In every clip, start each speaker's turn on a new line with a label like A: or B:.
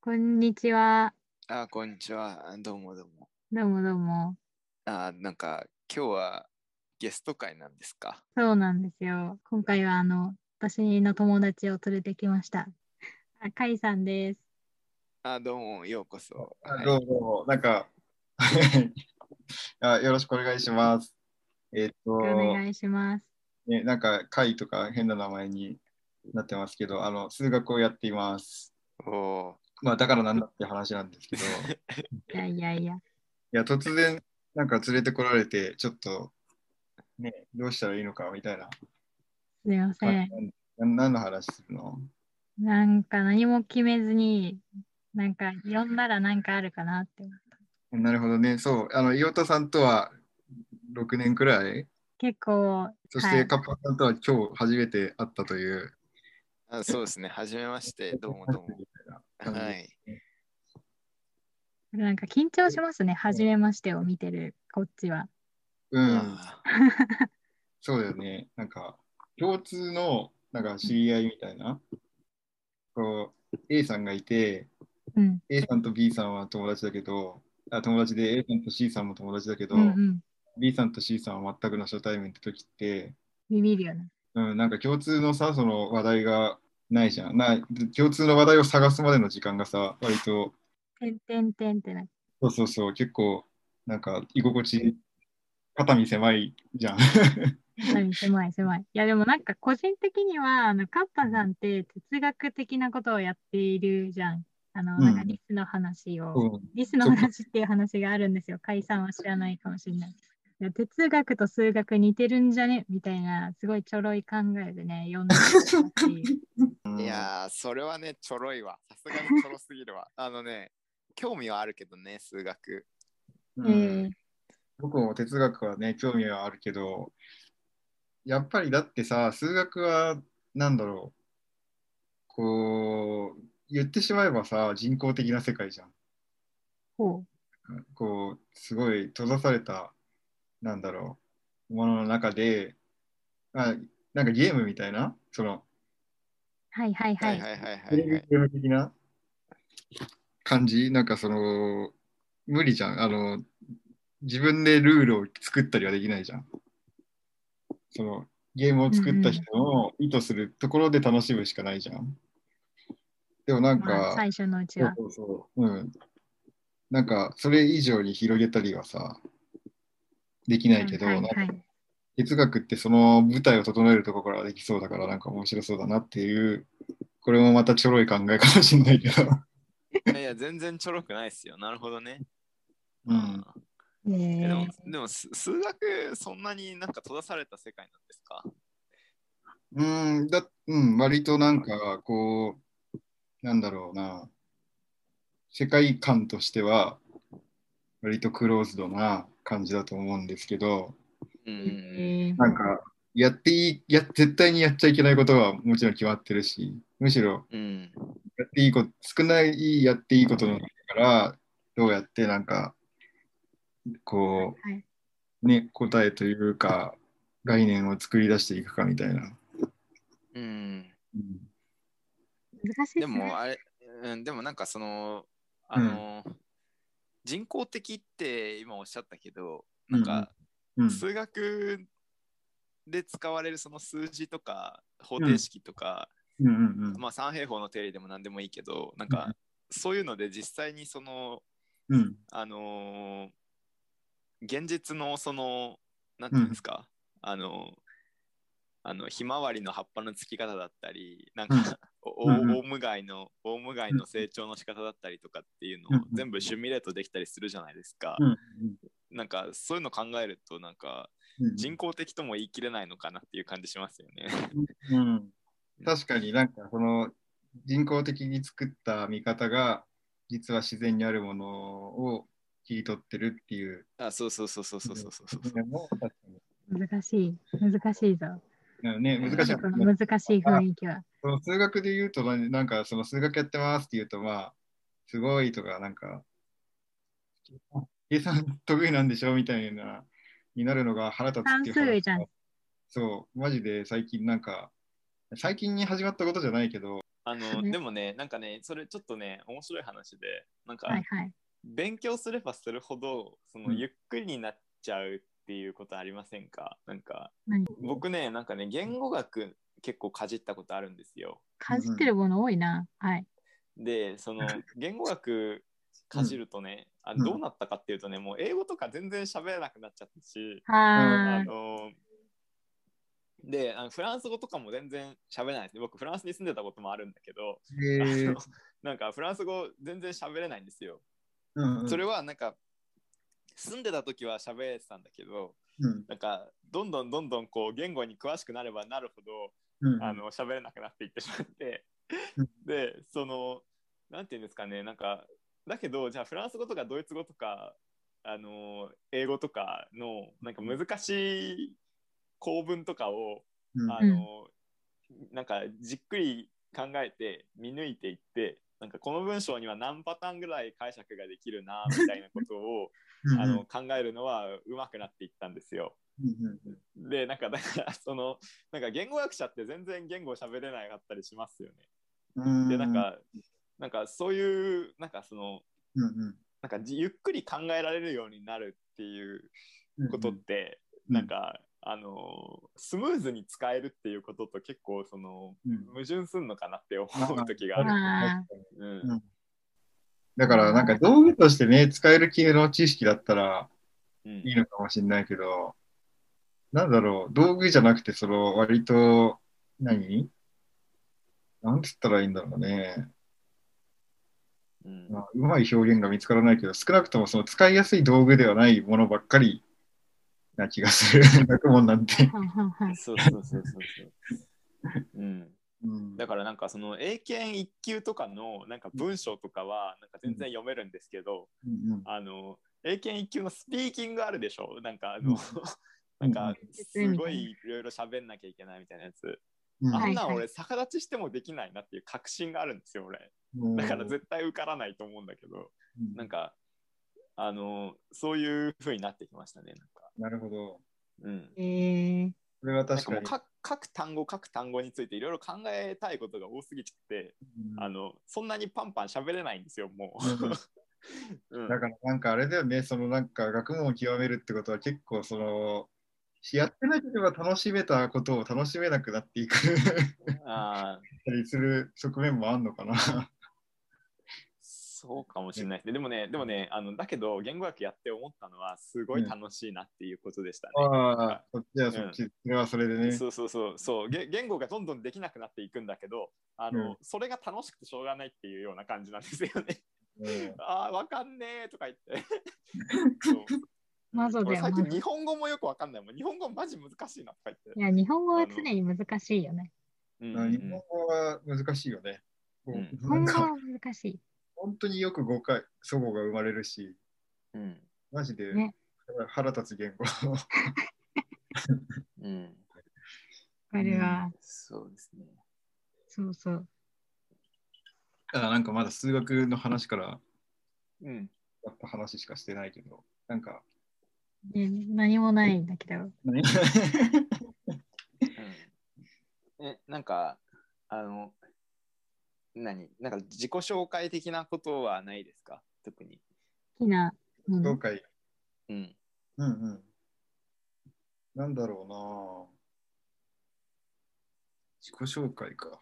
A: こんにちは。
B: あ、こんにちは。どうもどうも。
A: どうもどうも。
B: あ、なんか今日はゲスト会なんですか。
A: そうなんですよ。今回はあの私の友達を連れてきました。あ、カイさんです。
B: あ、どうもようこそ。
C: あ
B: はい
C: どうもどうも、なんか、 はいあよろしくお願いします。えっ、
A: お願
C: と、
A: いします。
C: ね、なんか、会とか変な名前になってますけど、あの、数学をやっています。
B: お
C: まあ、だからなんだって話なんですけ ど、い
B: ー
A: いやいやいや。
C: や、突然、なんか連れてこられて、ちょっと、ね、どうしたらいいのかみたいな。
A: すいません。
C: なん何の話するの
A: なんか何も決めずに、なんか呼んだらなんかあるかなって。
C: なるほどね、そう、あの、岩田さんとは6年くらい、
A: 結構、
C: そし
A: は
C: て、
A: い
C: カッパさんとは今日初めて会ったという。
B: あそうですね。はじめまして。どうもどうも。
C: 感じ
B: はい。
A: なんか緊張しますね。初めましてを見てる、こっちは。
C: うん、
B: あ
C: そうだよね。なんか、共通のなんか知り合いみたいな、こう、A さんがいて、
A: うん。
C: A さんと B さんは友達だけど、あ友達で A さんと C さんも友達だけど、
A: うんうん。
C: B さんと C さんは全くの初対面って時って、
A: ビビるよね。
C: うん、なんか共通のさ、その話題がないじゃん。ない共通の話題を探すまでの時間がさ、割と、
A: てんてんてんってな。
C: そうそうそう、結構、なんか居心地、肩身狭いじゃん。
A: はい狭い狭い。いやでもなんか個人的にはあのカッパさんって哲学的なことをやっているじゃん。あの、
C: うん
A: なんかリスの話を、
C: うん
A: リスの話っていう話があるんですよ。解散は知らないかもしれない。いや哲学と数学似てるんじゃねみたいなすごいちょろい考えでね読んでたし
B: ーいやー、それはね、ちょろいわ。さすがにちょろすぎるわ。あのね、興味はあるけどね、数学。
C: う
A: え
C: ん
A: ー
C: 僕も哲学はね、興味はあるけど、やっぱりだってさ、数学は、なんだろう、こう、言ってしまえばさ、人工的な世界じゃん。
A: ほ
C: こう、すごい閉ざされた、なんだろう、ものの中で、あなんかゲームみたいな、その、
A: うはいはいは
B: はい
A: い。
B: はいはいは
C: テレ
B: い、は
C: ビ
B: い
C: ゲ。ーム的な感じ、なんかその、無理じゃん。あの、自分でルールを作ったりはできないじゃん。その、ゲームを作った人の意図するところで楽しむしかないじゃん。でもなん
A: まあ、
C: か、
A: 最初のうち
C: そう
A: は。
C: そうそう、うん。なんか、それ以上に広げたりはさ、できないけど、
A: はいはい
C: な
A: は
C: ん
A: い
C: か哲学ってその舞台を整えるところからできそうだから、なんか面白そうだなっていう、これもまたちょろい考えかもしれないけど。
B: いやいや、全然ちょろくないですよ。なるほどね。
C: うん。
A: え
B: えでも
A: ー、、
B: でもす数学、そんなになんか閉ざされた世界なんですか
C: うん、だうん、割となんか、こう、なんだろうな、世界観としては、割とクローズドな感じだと思うんですけど、
B: うんうんうん。
A: えー
C: なんか、やっていい、や、絶対にやっちゃいけないことはもちろん決まってるし、むしろ、
B: うん。
C: やっていいこと、少ないやっていいことの中から、どうやってなんか、こ
A: はい、
C: う、ね、答えというか、概念を作り出していくかみたいな。
B: うん
C: うん
A: 難 しいです
B: で
A: ね
B: も。あれ、うん、でもなんかその、あの、人工的って今おっしゃったけど、なんか
C: うん、
B: 数学で使われるその数字とか方程式とか、
C: うんうん
B: まあ三平方の定理でも何でもいいけど、なんかそういうので実際にその、
C: うんうん
B: あのー現実のその、なんていうんですか、あの、あのひまわりの葉っぱのつき方だったり、なんか、
C: うん
B: お
C: うんうん
B: オウムガイのオウムガイの成長の仕方だったりとかっていうのを
C: うん
B: 全部シミュレートできたりするじゃないですか。
C: うん
B: なんかそういうの考えるとなんか
C: うん
B: 人工的とも言い切れないのかなっていう感じしますよね。
C: うん確かになんかその人工的に作った見方が実は自然にあるものを切り取ってるっていう
B: あ、そうそうそうそうそうそうそうそう。
C: のも確かに
A: 難しい。難しいぞ。
C: だよね難しい
A: ちょっと難しい雰囲気は。
C: その数学で言うとななんかその数学やってますって言うとまあすごいとかなんか計算得意なんでしょみたいなになるのが腹立つ
A: 算
C: ってい
A: 数
C: う
A: じゃん
C: 話。そう、マジで最近なんか、最近に始まったことじゃないけど、
B: あの、
A: ね
B: でもね、なんかね、それちょっとね、面白い話で、なんか、
A: はいはい。
B: 勉強すればするほど、その、
C: うん
B: ゆっくりになっちゃうっていうことありませんかなんか
A: 何、
B: 僕ね、なんかね、言語学結構かじったことあるんですよ。
A: かじってるもの多いな。はい。
B: で、そ の、言語学かじるとね、あ
C: うん
B: どうなったかっていうとね、もう英語とか全然喋れなくなっちゃったし、あ
A: はー
B: のであのフランス語とかも全然喋れないですね僕フランスに住んでたこともあるんだけど、
C: え
B: あのなんかフランス語全然喋れないんですよ、
C: うんうん
B: それはなんか住んでた時は喋れてたんだけど
C: うん
B: なんかどんどんどんどんこう言語に詳しくなればなるほど
C: うん
B: あの喋れなくなっていってしまって
C: うん
B: でそのなんていうんですかねなんかだけどじゃあフランス語とかドイツ語とかあの英語とかのなんか難しい構文とかを
C: うん
B: あのなんかじっくり考えて見抜いていってなんかこの文章には何パターンぐらい解釈ができるなみたいなことをあの考えるのは上手くなっていったんですよ。
C: うんうん
B: で、なんか、だから、その、なんか言語学者って全然言語喋れなかったりしますよ
C: うん
B: ね。で、なん、か、なんかそういう、なんかその、
C: うんうん
B: なんかじゆっくり考えられるようになるっていう
C: うんうん
B: ことって、
C: うん
B: なんか、あの、スムーズに使えるっていうことと結構、その、
C: うん
B: 矛盾すんのかなって思
C: あ
B: う時がある。
A: あ
B: うん
C: うんだから、なんか道具としてね、使える系の知識だったら
B: うん
C: いいのかもしれないけど、なんだろう、道具じゃなくて、その、割と、何なんつったらいいんだろうね。
B: うん
C: まあ、うまい表現が見つからないけど、少なくともその使いやすい道具ではないものばっかりな気がする。 学問な
A: ー
C: んて。
A: はいはいはい。
B: そうそうそうそうそう。うん
C: うん
B: だからなんかその英検一級とかのなんか文章とかはなんか全然読めるんですけど、
C: うんうん
B: あの英検一級のスピーキングあるでしょなんかあ
C: う
B: の
C: ん、
B: なんかすごいいろいろ喋んなきゃいけないみたいなやつ、
C: うん
B: あ
A: はい
B: んなん俺逆立ちしてもできないなっていう確信があるんですよ俺
C: うん
B: だから絶対受からないと思うんだけど
C: うん
B: なんかあのそういう風になってきましたねなんか
C: なるほど。
B: うん
A: えー、
C: それ
B: な
C: は
B: ん
C: 確
B: か
C: か
B: もう
C: に。
B: か各単語各単語についていろいろ考えたいことが多すぎちゃって、
C: うん
B: あの、そんなにパンパン喋れないんですよ、もう。うん
C: だからなんかあれだよね、そのなんか学問を極めるってことは結構その、やってなければ楽しめたことを楽しめなくなっていく
B: あー
C: たりする側面もあんのかな。
B: そうかもしれないですね。でもね、でもね、あのだけど、言語学やって思ったのは、すごい楽しいなっていうことでしたね。
C: ああ、そっちはそっち、それはそれでね。
B: そうそうそうそうげ言語がどんどんできなくなっていくんだけどあの、
C: うん
B: それが楽しくてしょうがないっていうような感じなんですよね。
C: うん
B: ああわかんねえとか言 って。そう
A: マゾだ
B: 俺
A: よ
B: 最近
A: マゾ
B: 日本語もよくわかんないもん日本語マジ難しいなとか言って
A: い。や、日本語は常に難しいよね。
B: うん
C: 日本語は難しいよね。こ
B: うん
C: う
A: 日本
C: なん
A: 語は
C: か
A: 難しい。
C: 本当によく誤解、祖母が生まれるし、
B: うん
C: マジで
A: ね
C: 腹立つ言語。
B: うん、
A: これは、
B: そうですね。
A: そうそう。
C: ただなんかまだ数学の話から
B: うん
C: やった話しかしてないけど、なんか、
A: ね、何もないんだけど。
C: 何
B: うんえなんかあの何なんか自己紹介的なことはないですか特に
A: 好きな、うん
C: どうかい
B: うん
C: うんうん。なんだろうな自己紹介か。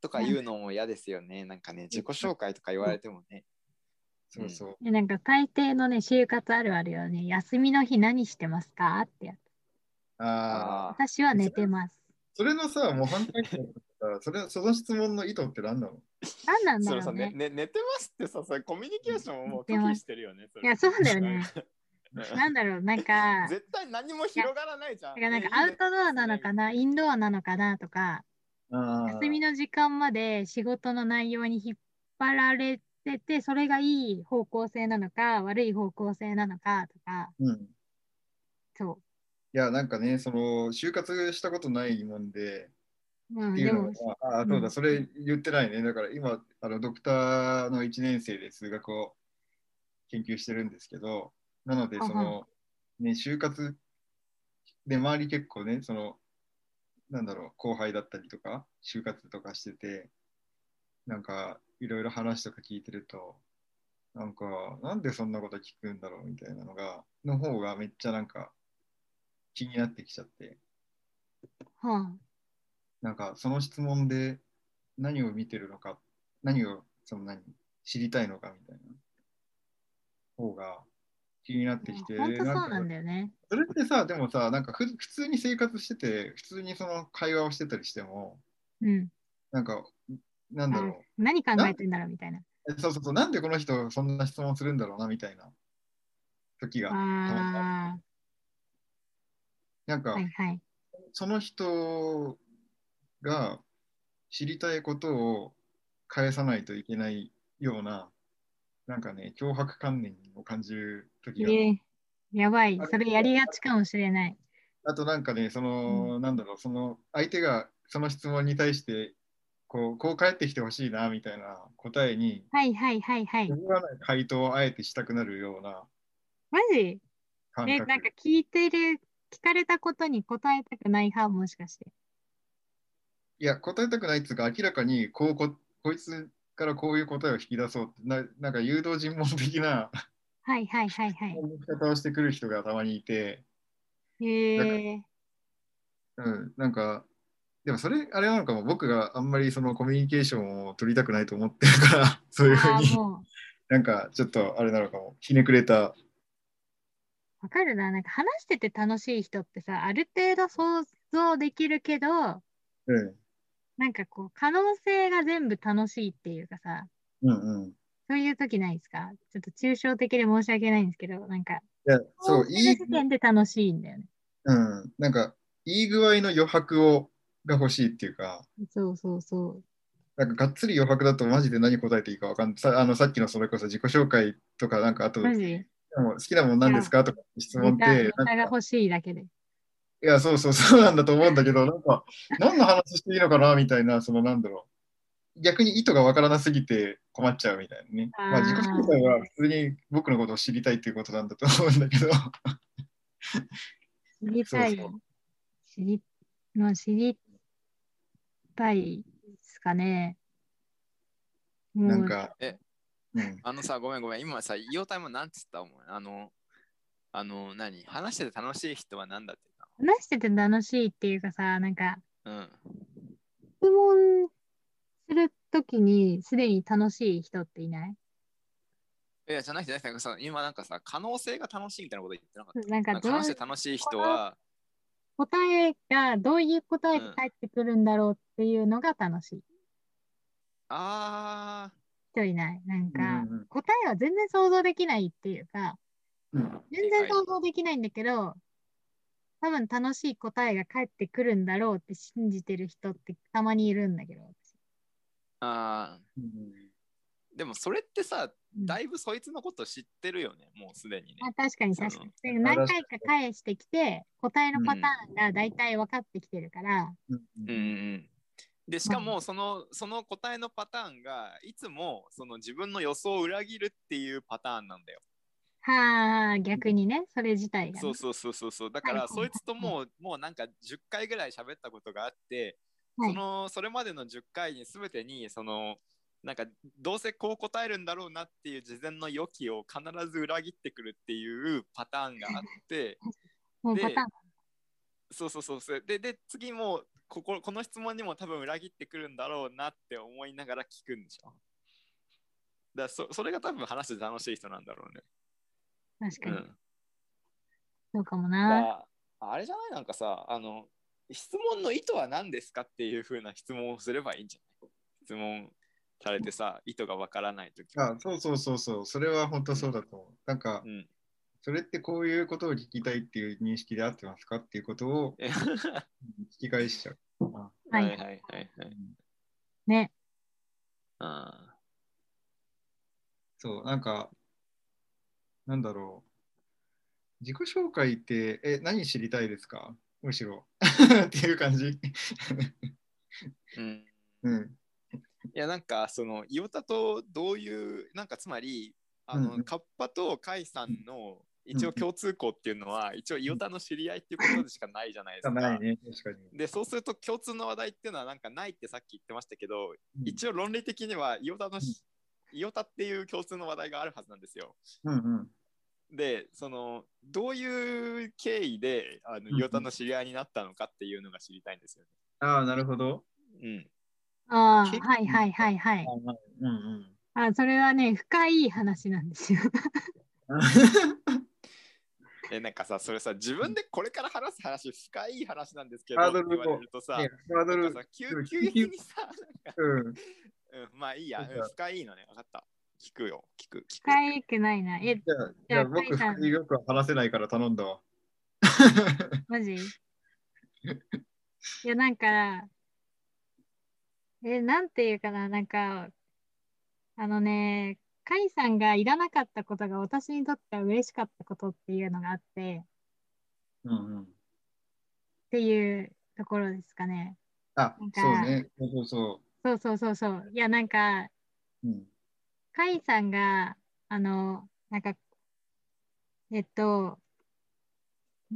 B: とか言うのも嫌ですよねなんかね自己紹介とか言われてもね
C: そうそう。
A: でなんか大抵のね、就活あるあるよね。休みの日何してますかってやつ。
C: ああ。
B: ー
A: 私は寝てます。
C: それのさ、もう反対にそれその質問の意図って何なの
A: 何なんだ
B: それ
A: ろ
B: さ、
A: う
B: ね
A: ね。
B: ね寝てますってさそれコミュニケーションをもう
A: 寝てます
B: 拒否してるよねそれ
A: いやそうだよね
B: うん
A: なんだろう、なんか、
B: 絶対何も広がらないじゃ
A: だ
B: ん
A: からなんかアウトドアなのかな、インドアなのかなとか、
C: ああ
A: 休みの時間まで仕事の内容に引っ張られてて、それがいい方向性なのか、悪い方向性なのかとか、
C: うん。
A: そ
C: いや、なんかね、その、就活したことないもんで、
A: う。うん、
C: ってい
A: で
C: うの
A: も、
C: が、ああ、そう
A: う
C: だ、
A: ん
C: それ言ってないね。だから今、あのドクターの1年生で数学を研究してるんですけど、なので、
A: は
C: そ
A: は
C: の、ね、就活で周り結構ね、その、なんだろう、後輩だったりとか、就活とかしてて、なんかいろいろ話とか聞いてると、なんか、なんでそんなこと聞くんだろうみたいなのが、の方がめっちゃなんか気になってきちゃって、
A: は
C: なんかその質問で何を見てるのか、何をその何知りたいのかみたいな方が気になってきて、
A: 本当そう
C: なん
A: な
C: か
A: んだよね。
C: それってさ、でもさ、なんかふ普通に生活してて、普通にその会話をしてたりしても、
A: うん。
C: なんか、なんだろう、
A: 何考えてんだろうみたいな。
C: えそうそうそう、なんでこの人そんな質問するんだろうなみたいな時が、
A: あ
C: なん
A: あ、
C: か、
A: はいはい。
C: その人が知りたいことを返さないといけないような、なんかね、脅迫観念を感じる時が、
A: ええやばい
C: あれ。
A: それやりがちかもしれない。
C: あとなんかね、その、なんだろう、その相手がその質問に対して、こう、こう返ってきてほしいなみたいな答えに、
A: はいはいはいはい。
C: 思わない回答をあえてしたくなるような
A: マジ
C: 感
A: え、
C: 覚。
A: なんか聞いてる、聞かれたことに答えたくない派もしかして。
C: いや、答えたくないっつうか、明らかにこうこ、こいつからこういう答えを引き出そうって、ななんか誘導尋問的な
A: はいはいはいは
C: 持ち方をしてくる人がたまにいて、
A: い。へえ
C: うん、なんか、でもそれ、あれなのかも、僕があんまりそのコミュニケーションを取りたくないと思ってるから、 そういうふう
A: ああ、
C: に、
A: も
C: なんかちょっとあれなのかも、ひねくれた、
A: う、わかるな。なんか話してて楽しい人ってさ、ある程度想像できるけど、
C: うん、
A: なんかこう、可能性が全部楽しいっていうかさ、
C: うん、うん。い
A: そういう時ないですかちょっと抽象的で申し訳ないんですけど、なんか、
C: や、そう、
A: こ
C: い
A: の
C: い
A: 時、点で楽しいんだよね。
C: うん、なんか、いい具合の余白を、が欲しいっていうか、
A: そうそうそう。
C: なんかがっつり余白だとマジで何答えていいかわかんない。さあのさっきのそれこそ自己紹介とか、なんかあと、
A: マジ
C: でも好きなもんなんですかとか質問っ
A: ネタ
C: て
A: ネ、タが
C: なんか
A: 欲しいだけで。
C: いや、そうそう、そうなんだと思うんだけど、なんか、何の話していいのかなみたいな、そのなんだろう。逆に意図がわからなすぎて困っちゃうみたいなね。
A: あー
C: まあ、自己紹介は普通に僕のことを知りたいっていうことなんだと思うんだけど、
A: 知りたい。
C: そうそ
A: 知り、まあ、知りたいですかね。もう
C: なんか、
B: え
C: うん、
B: あのさ、ごめんごめん。今さ、言おうたいもなんつったもん。あの、あの、何話してて楽しい人は何だって
A: 話してて楽しいっていうかさ、なんか、
B: 言った
A: 質問するときにすでに楽しい人っていない
B: うん。いや、じゃなくて、じゃなくてなんかさ、今なんかさ、可能性が楽しいみたいなこと言ってなかった。
A: なんか
B: なん
A: ど
B: か
A: う
B: 話してて楽しい人は、
A: 答えが、どういう答えが返ってくるんだろうっていうのが楽しい
B: あ
A: 人いない。なんか、
C: うんうん
A: 答えは全然想像できないっていうか、
C: うん
A: 全然想像できないんだけど、多分楽しい答えが返ってくるんだろうって信じてる人ってたまにいるんだけど、
B: ーあー、でもそれってさ、
A: うん
B: だいぶそいつのこと知ってるよね、もうすでにね。
A: あ確かに確かに。
C: う
A: 何回か返してきて、答えのパターンが大体分かってきてるから、
C: うん
B: うんうんうんでしかもそのその答えのパターンがいつもその自分の予想を裏切るっていうパターンなんだよ。
A: はあ、逆にね、それ自体がね、
B: そうそうそうそうそうだか
A: は
B: ら
A: いはい
B: そ
A: はい
B: いつともうもうなんか10回ぐらい喋ったことがあって
A: はい
B: そのそれまでの10回に全てにそのなんかどうせこう答えるんだろうなっていう事前の予期を必ず裏切ってくるっていうパターンがあって。
A: もうパターン
B: そうそうそうそうでで次もこここの質問にも多分裏切ってくるんだろうなって思いながら聞くんでしょだからそそれが多分話して楽しい人なんだろうね、
A: 確か
B: う
A: に、
B: ん
A: そうかも
B: だか
A: な。
B: らあれじゃないなんかさあの質問の意図は何ですかっていう風な質問をすればいいんじゃない質問されてさ意図がわからない時
C: あそうそうそうそう、それは本当そうだと思う。なんか
B: う、 ん、
C: それってこういうことを聞きたいっていう認識で合ってますかっていうことを
B: え
C: 聞き返しちゃう。あ
B: はいいはいはいはい
A: ね、
B: あ
C: そう、なんか、なんだろう。自己紹介って、え、何知りたいですかむしろ。 っていう感じ。
B: ーうん
C: うん。
B: いやなんかそのイオタとどういうなんかつまりあの、
C: うんうん
B: カッパとカイさんの一応共通項っていうのは、一応伊予田の知り合いっていうことでしかないじゃないですか。
C: ないね、確かに。
B: でそうすると共通の話題っていうのはなんかないってさっき言ってましたけど、
C: うん
B: 一応論理的には伊予田のし伊予田っていう共通の話題があるはずなんですよ。
C: うんうん。
B: でそのどういう経緯であの
C: うん
B: 伊予田の知り合いになったのかっていうのが知りたいんですよ
C: ああ、なるほど。
B: ね。
A: あ
C: 結
A: あ、
C: 構
A: はいはいはいはい。
C: うんうん。
A: あそれはね、深い話なんですよ。
B: うん、えなんかさそれさ自分でこれから話す話深い話なんですけ
C: ハ
B: ど
C: ードル
B: 言
C: を
B: われるとさ,、
C: ねハード
B: なん
C: ル
B: か、さ急急激にさ、
C: うん。
B: うん、まあいいや、
C: そうそう
B: うん深いのね分かった聞くよ聞く聞く。
A: 深いくないな。え、
C: じゃあ、じ
A: じ
C: ゃ
A: ゃあ
C: あ僕、
A: カイさん
C: 深いよくは話せないから頼んだわ。
A: マジいや、なんか、え、なんていうかな、なんか、あのね、カイさんがいらなかったことが私にとっては嬉しかったことっていうのがあって、
C: うんうん。
A: っていうところですかね。
C: あ
A: なん、か
C: そうね。そうそうそ
A: そうそうそうそう。いや、なんか、
C: う。うん。
A: カイさんが、あの、なんか、えっと、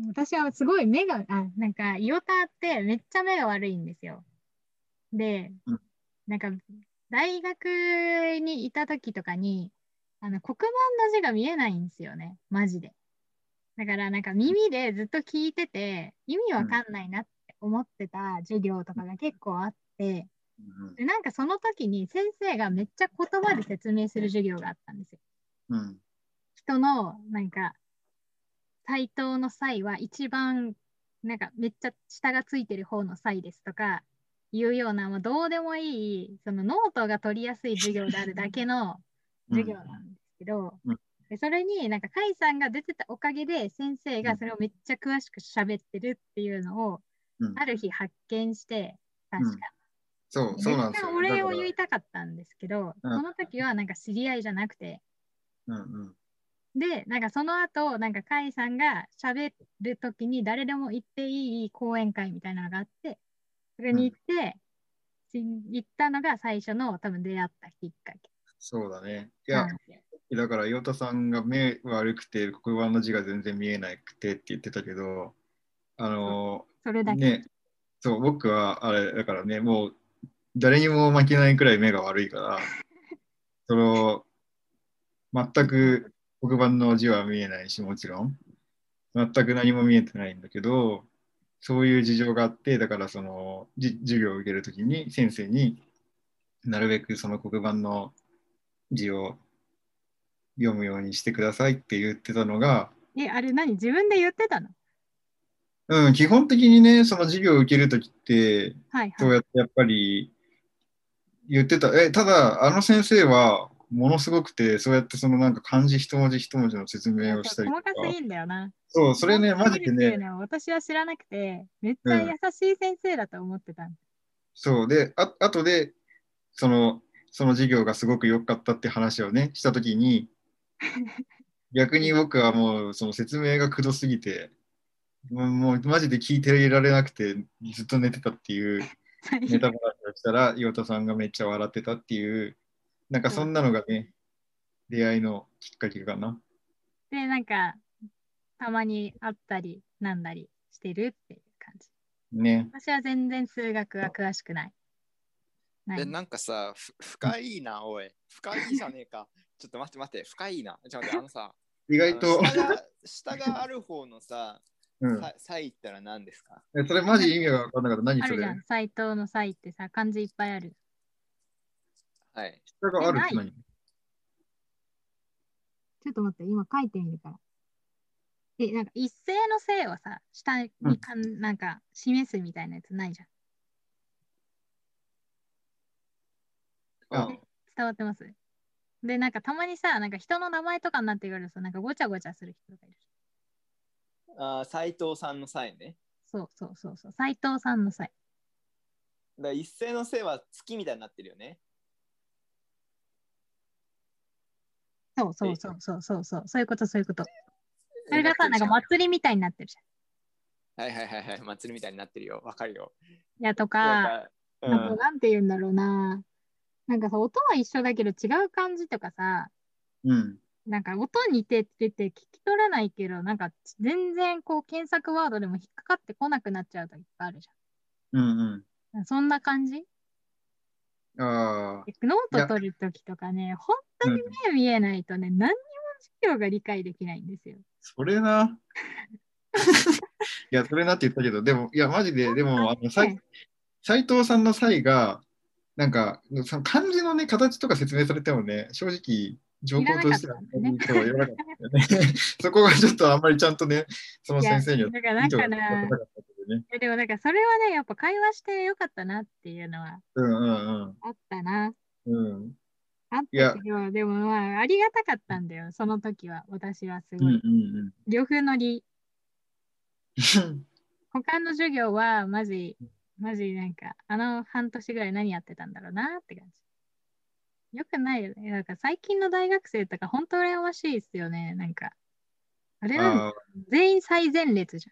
A: 私はすごい目が、あ、なんか、イオタってめっちゃ目が悪いんですよ。で
C: うん、
A: なんか、大学にいた時とかに、あの、黒板の字が見えないんですよね、マジで。だから、なんか耳でずっと聞いてて、意味わかんないなって思ってた授業とかが結構あって、
C: うん
A: でなんかその時に先生がめっちゃ言葉で説明する授業があったんですよ。
C: うん。うん。
A: 人のなんか対等の際は一番なんかめっちゃ下がついてる方の際ですとかいうようなもうどうでもいいそのノートが取りやすい授業であるだけの
C: うん
A: 授業なんですけど、
C: うん
A: でそれになんか甲斐さんが出てたおかげで先生がそれをめっちゃ詳しく喋ってるっていうのを
C: うん
A: ある日発見して確か。
C: うんそう、
A: め
C: そうなん
A: っ
C: で
A: ち
C: す
A: ゃ
C: よ。
A: お礼を
C: だから
A: 言いたかったんですけど、
C: うん
A: その時はなんか知り合いじゃなくて、
C: うんうん。
A: で、なんかその後、なんか甲斐さんが喋る時に誰でも行っていい講演会みたいなのがあって、それに行って、し行ったのが最初の多分出会ったきっかけ。
C: そうだね。い
A: い
C: や、だから、岩田さんが目悪くて、黒板の字が全然見えなくてって言ってたけど、あの
A: それだ
C: ー、
A: け。
C: ね、そう、僕は、あれ、だからね、もう、誰にも負けないくらい目が悪い から、その、全く黒板の字は見えないし、もちろん、全く何も見えてないんだけど、そういう事情があって、だからその、じ授業を受けるときに、先生になるべくその黒板の字を読むようにしてくださいって言ってたのが、
A: え、あれ何自分で言ってたの
C: うん、基本的にね、その授業を受けるときって、
A: はい
C: そう
A: はい。
C: やってやっぱり言ってた。え、ただ、あの先生はものすごくて、そうやってそのなんか漢字一文字一文字の説明をしたりと
A: 細
C: か。
A: かすぎんだよな。
C: そう、それね、
A: 細
C: マ
A: か
C: ジ
A: すぎ
C: で
A: るっていう
C: ね、
A: のは私は知らなくて、めっちゃ優しい先生だと思ってた。
C: そう。で、あ後で、その、その授業がすごく良かったって話をね、したと きに、逆に僕はもうその説明がくどすぎて、もうもうマジで聞いていられなくて、ずっと寝てたっていう。ネタ話をしたら、岩田さんがめっちゃ笑ってたっていう、なんかそんなのがね、出会いのきっかけかな。
A: で、なんか、たまに会ったり、なんだりしてるっていう感じ。
C: ね。
A: 私は全然数学は詳しくない。な
B: え
A: い
B: なんかさ、ふ深いな、おい。深いじゃねえか。ちょっと待って待って、深いな。ちょっと待って、あのさ、
C: 意外と
B: あの、下が下がある方のさ、
C: うん、
B: さ際ったら何ですか
C: えそれマジ意味が分かんなかった。何
A: あ
C: そ
A: るじ
C: れ
A: ゃん。斎藤の斎ってさ、漢字いっぱいある。
B: はい。
C: 下があるっ
A: な
C: て
A: い
C: 何
A: ちょっと待って、今書いてみるから。え、なんか一斉の性をさ、下にかん、なんか示すみたいなやつないじゃん。
C: あ
A: 伝わってますで、なんかたまにさ、なんか人の名前とかになってくるとさ、なんかごちゃごちゃする人がいる。
B: あ斎藤さんの際ね。
A: そうそうそうそう。斎藤さんの際。
B: だから一斉のせいは月みたいになってるよね。
A: そうそうそうそうそうそう。そういうことそういうこと。そ
B: え
A: れがさ、なんか祭りみたいになってるじ
B: はいはいはいはい、祭りみたいになってるよ。わかるよ。
A: ゃん。いや、とか、
B: な
A: あ
B: んかう
A: と
B: ん、
A: なんて言うんだろうな。なんかさ、音は一緒だけど違う感じとかさ、
C: うん。
A: なんか音にてってて聞き取らないけど、なんか全然こう検索ワードでも引っかかってこなくなっちゃう時があるじ
C: うん
A: ゃん。そんな感じ
C: うん。ああ、
A: ノート取る時とかね、本当に目見えないとね、何にも授業が理解できないんですよ。
C: それな。 いや、それなって言ったけど、でも、いや、マジで、でも、あの、さ
A: はい
C: い斉藤さんの際が、なんか、その漢字のね、形とか説明されてもね、正直、情報としては、
A: いらなか
C: そう言わなかったよ ねそこがちょっとあんまりちゃんとね、その先生に
A: い
C: は
A: や、だからなん
C: 意図が
A: か
C: 伝わ
A: な、
C: ってなかったけどね。
A: でもなんかそれはね、やっぱ会話してよかったなっていうのは
C: うんうん
A: あったな。
C: うん。うん。
A: あっ
C: いや
A: たけど、でもまあ、ありがたかったんだよ、その時は、私はす
C: うん
A: ご
C: う
A: い。
C: ん
A: 両風のり、
C: うん。
A: 他の授業はマジ、マジなんか、あの半年ぐらい何やってたんだろうなって感じ。よくないよね。なんか最近の大学生とか本当羨ましいですよね。なんか、あれなんだ
C: ああ、
A: 全員最前列じ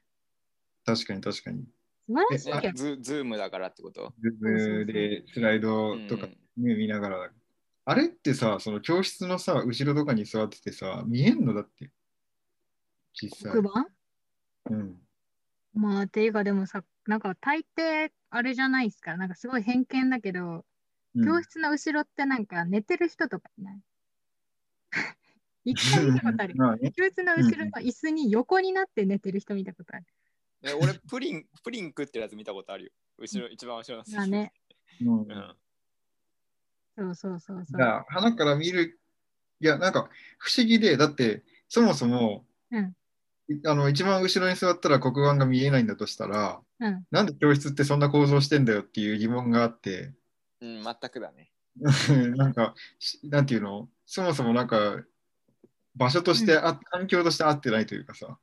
C: 確かに確かに。
A: ゃん。素晴
B: ズ
A: らしいよ。
B: ズームだからってこと
C: ズームでスライドとかね見ながら。あれってさ、その教室のさ、後ろとかに座っててさ、見えんのだって。実際
A: 黒。板
C: うん。
A: まあ、ていうかでもさ、なんか大抵あれじゃないですか。なんかすごい偏見だけど、
C: うん。
A: 教室の後ろってなんか寝てる人とかいない一回見たことある
C: まあね
A: 教室の後ろの椅子に横になって寝てる人見たことある。
B: うんえ俺プリン、プリン食ってるやつ見たことあるよ。後ろ、一番後ろの席
A: まあね。
C: うん
B: う
C: だか
B: ん
A: そうそうそうそう。
C: ら花から見る、いや、なんか不思議で、だって、そもそも、
A: うん
C: いあの一番後ろに座ったら黒板が見えないんだとしたら、
A: うん。
C: なんで教室ってそんな構造してんだよっていう疑問があって、
B: うん、全くだね。
C: なんか、しなんていうの、そもそもなんか、場所としてあ、環境として合ってないというかさ。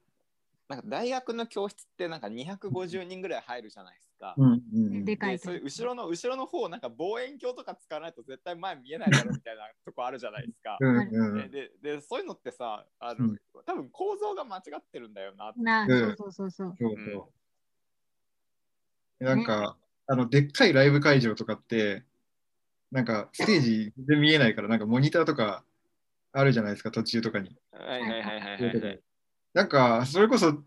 B: なんか大学の教室ってなんか250人ぐらい入るじゃないですか。
C: うんうんうん
A: でか
B: で
A: いと
B: そ
A: こ
B: ういう後ろの後ろの方なんか望遠鏡とか使わないと絶対前見えないだろうみたいなとこあるじゃないですか。
C: うんうんう
B: で
C: ん
B: ででそういうのってさあの、
C: うん
B: 多分構造が間違ってるんだよなって
A: なあ、
C: うん
A: そうそうそうそう。
C: そうそうなんか、あの、でっかいライブ会場とかって、なんか、ステージ全然見えないから、なんかモニターとかあるじゃないですか、途中とかに。
B: はい
A: はいはい
B: は
C: なんか、それこそ、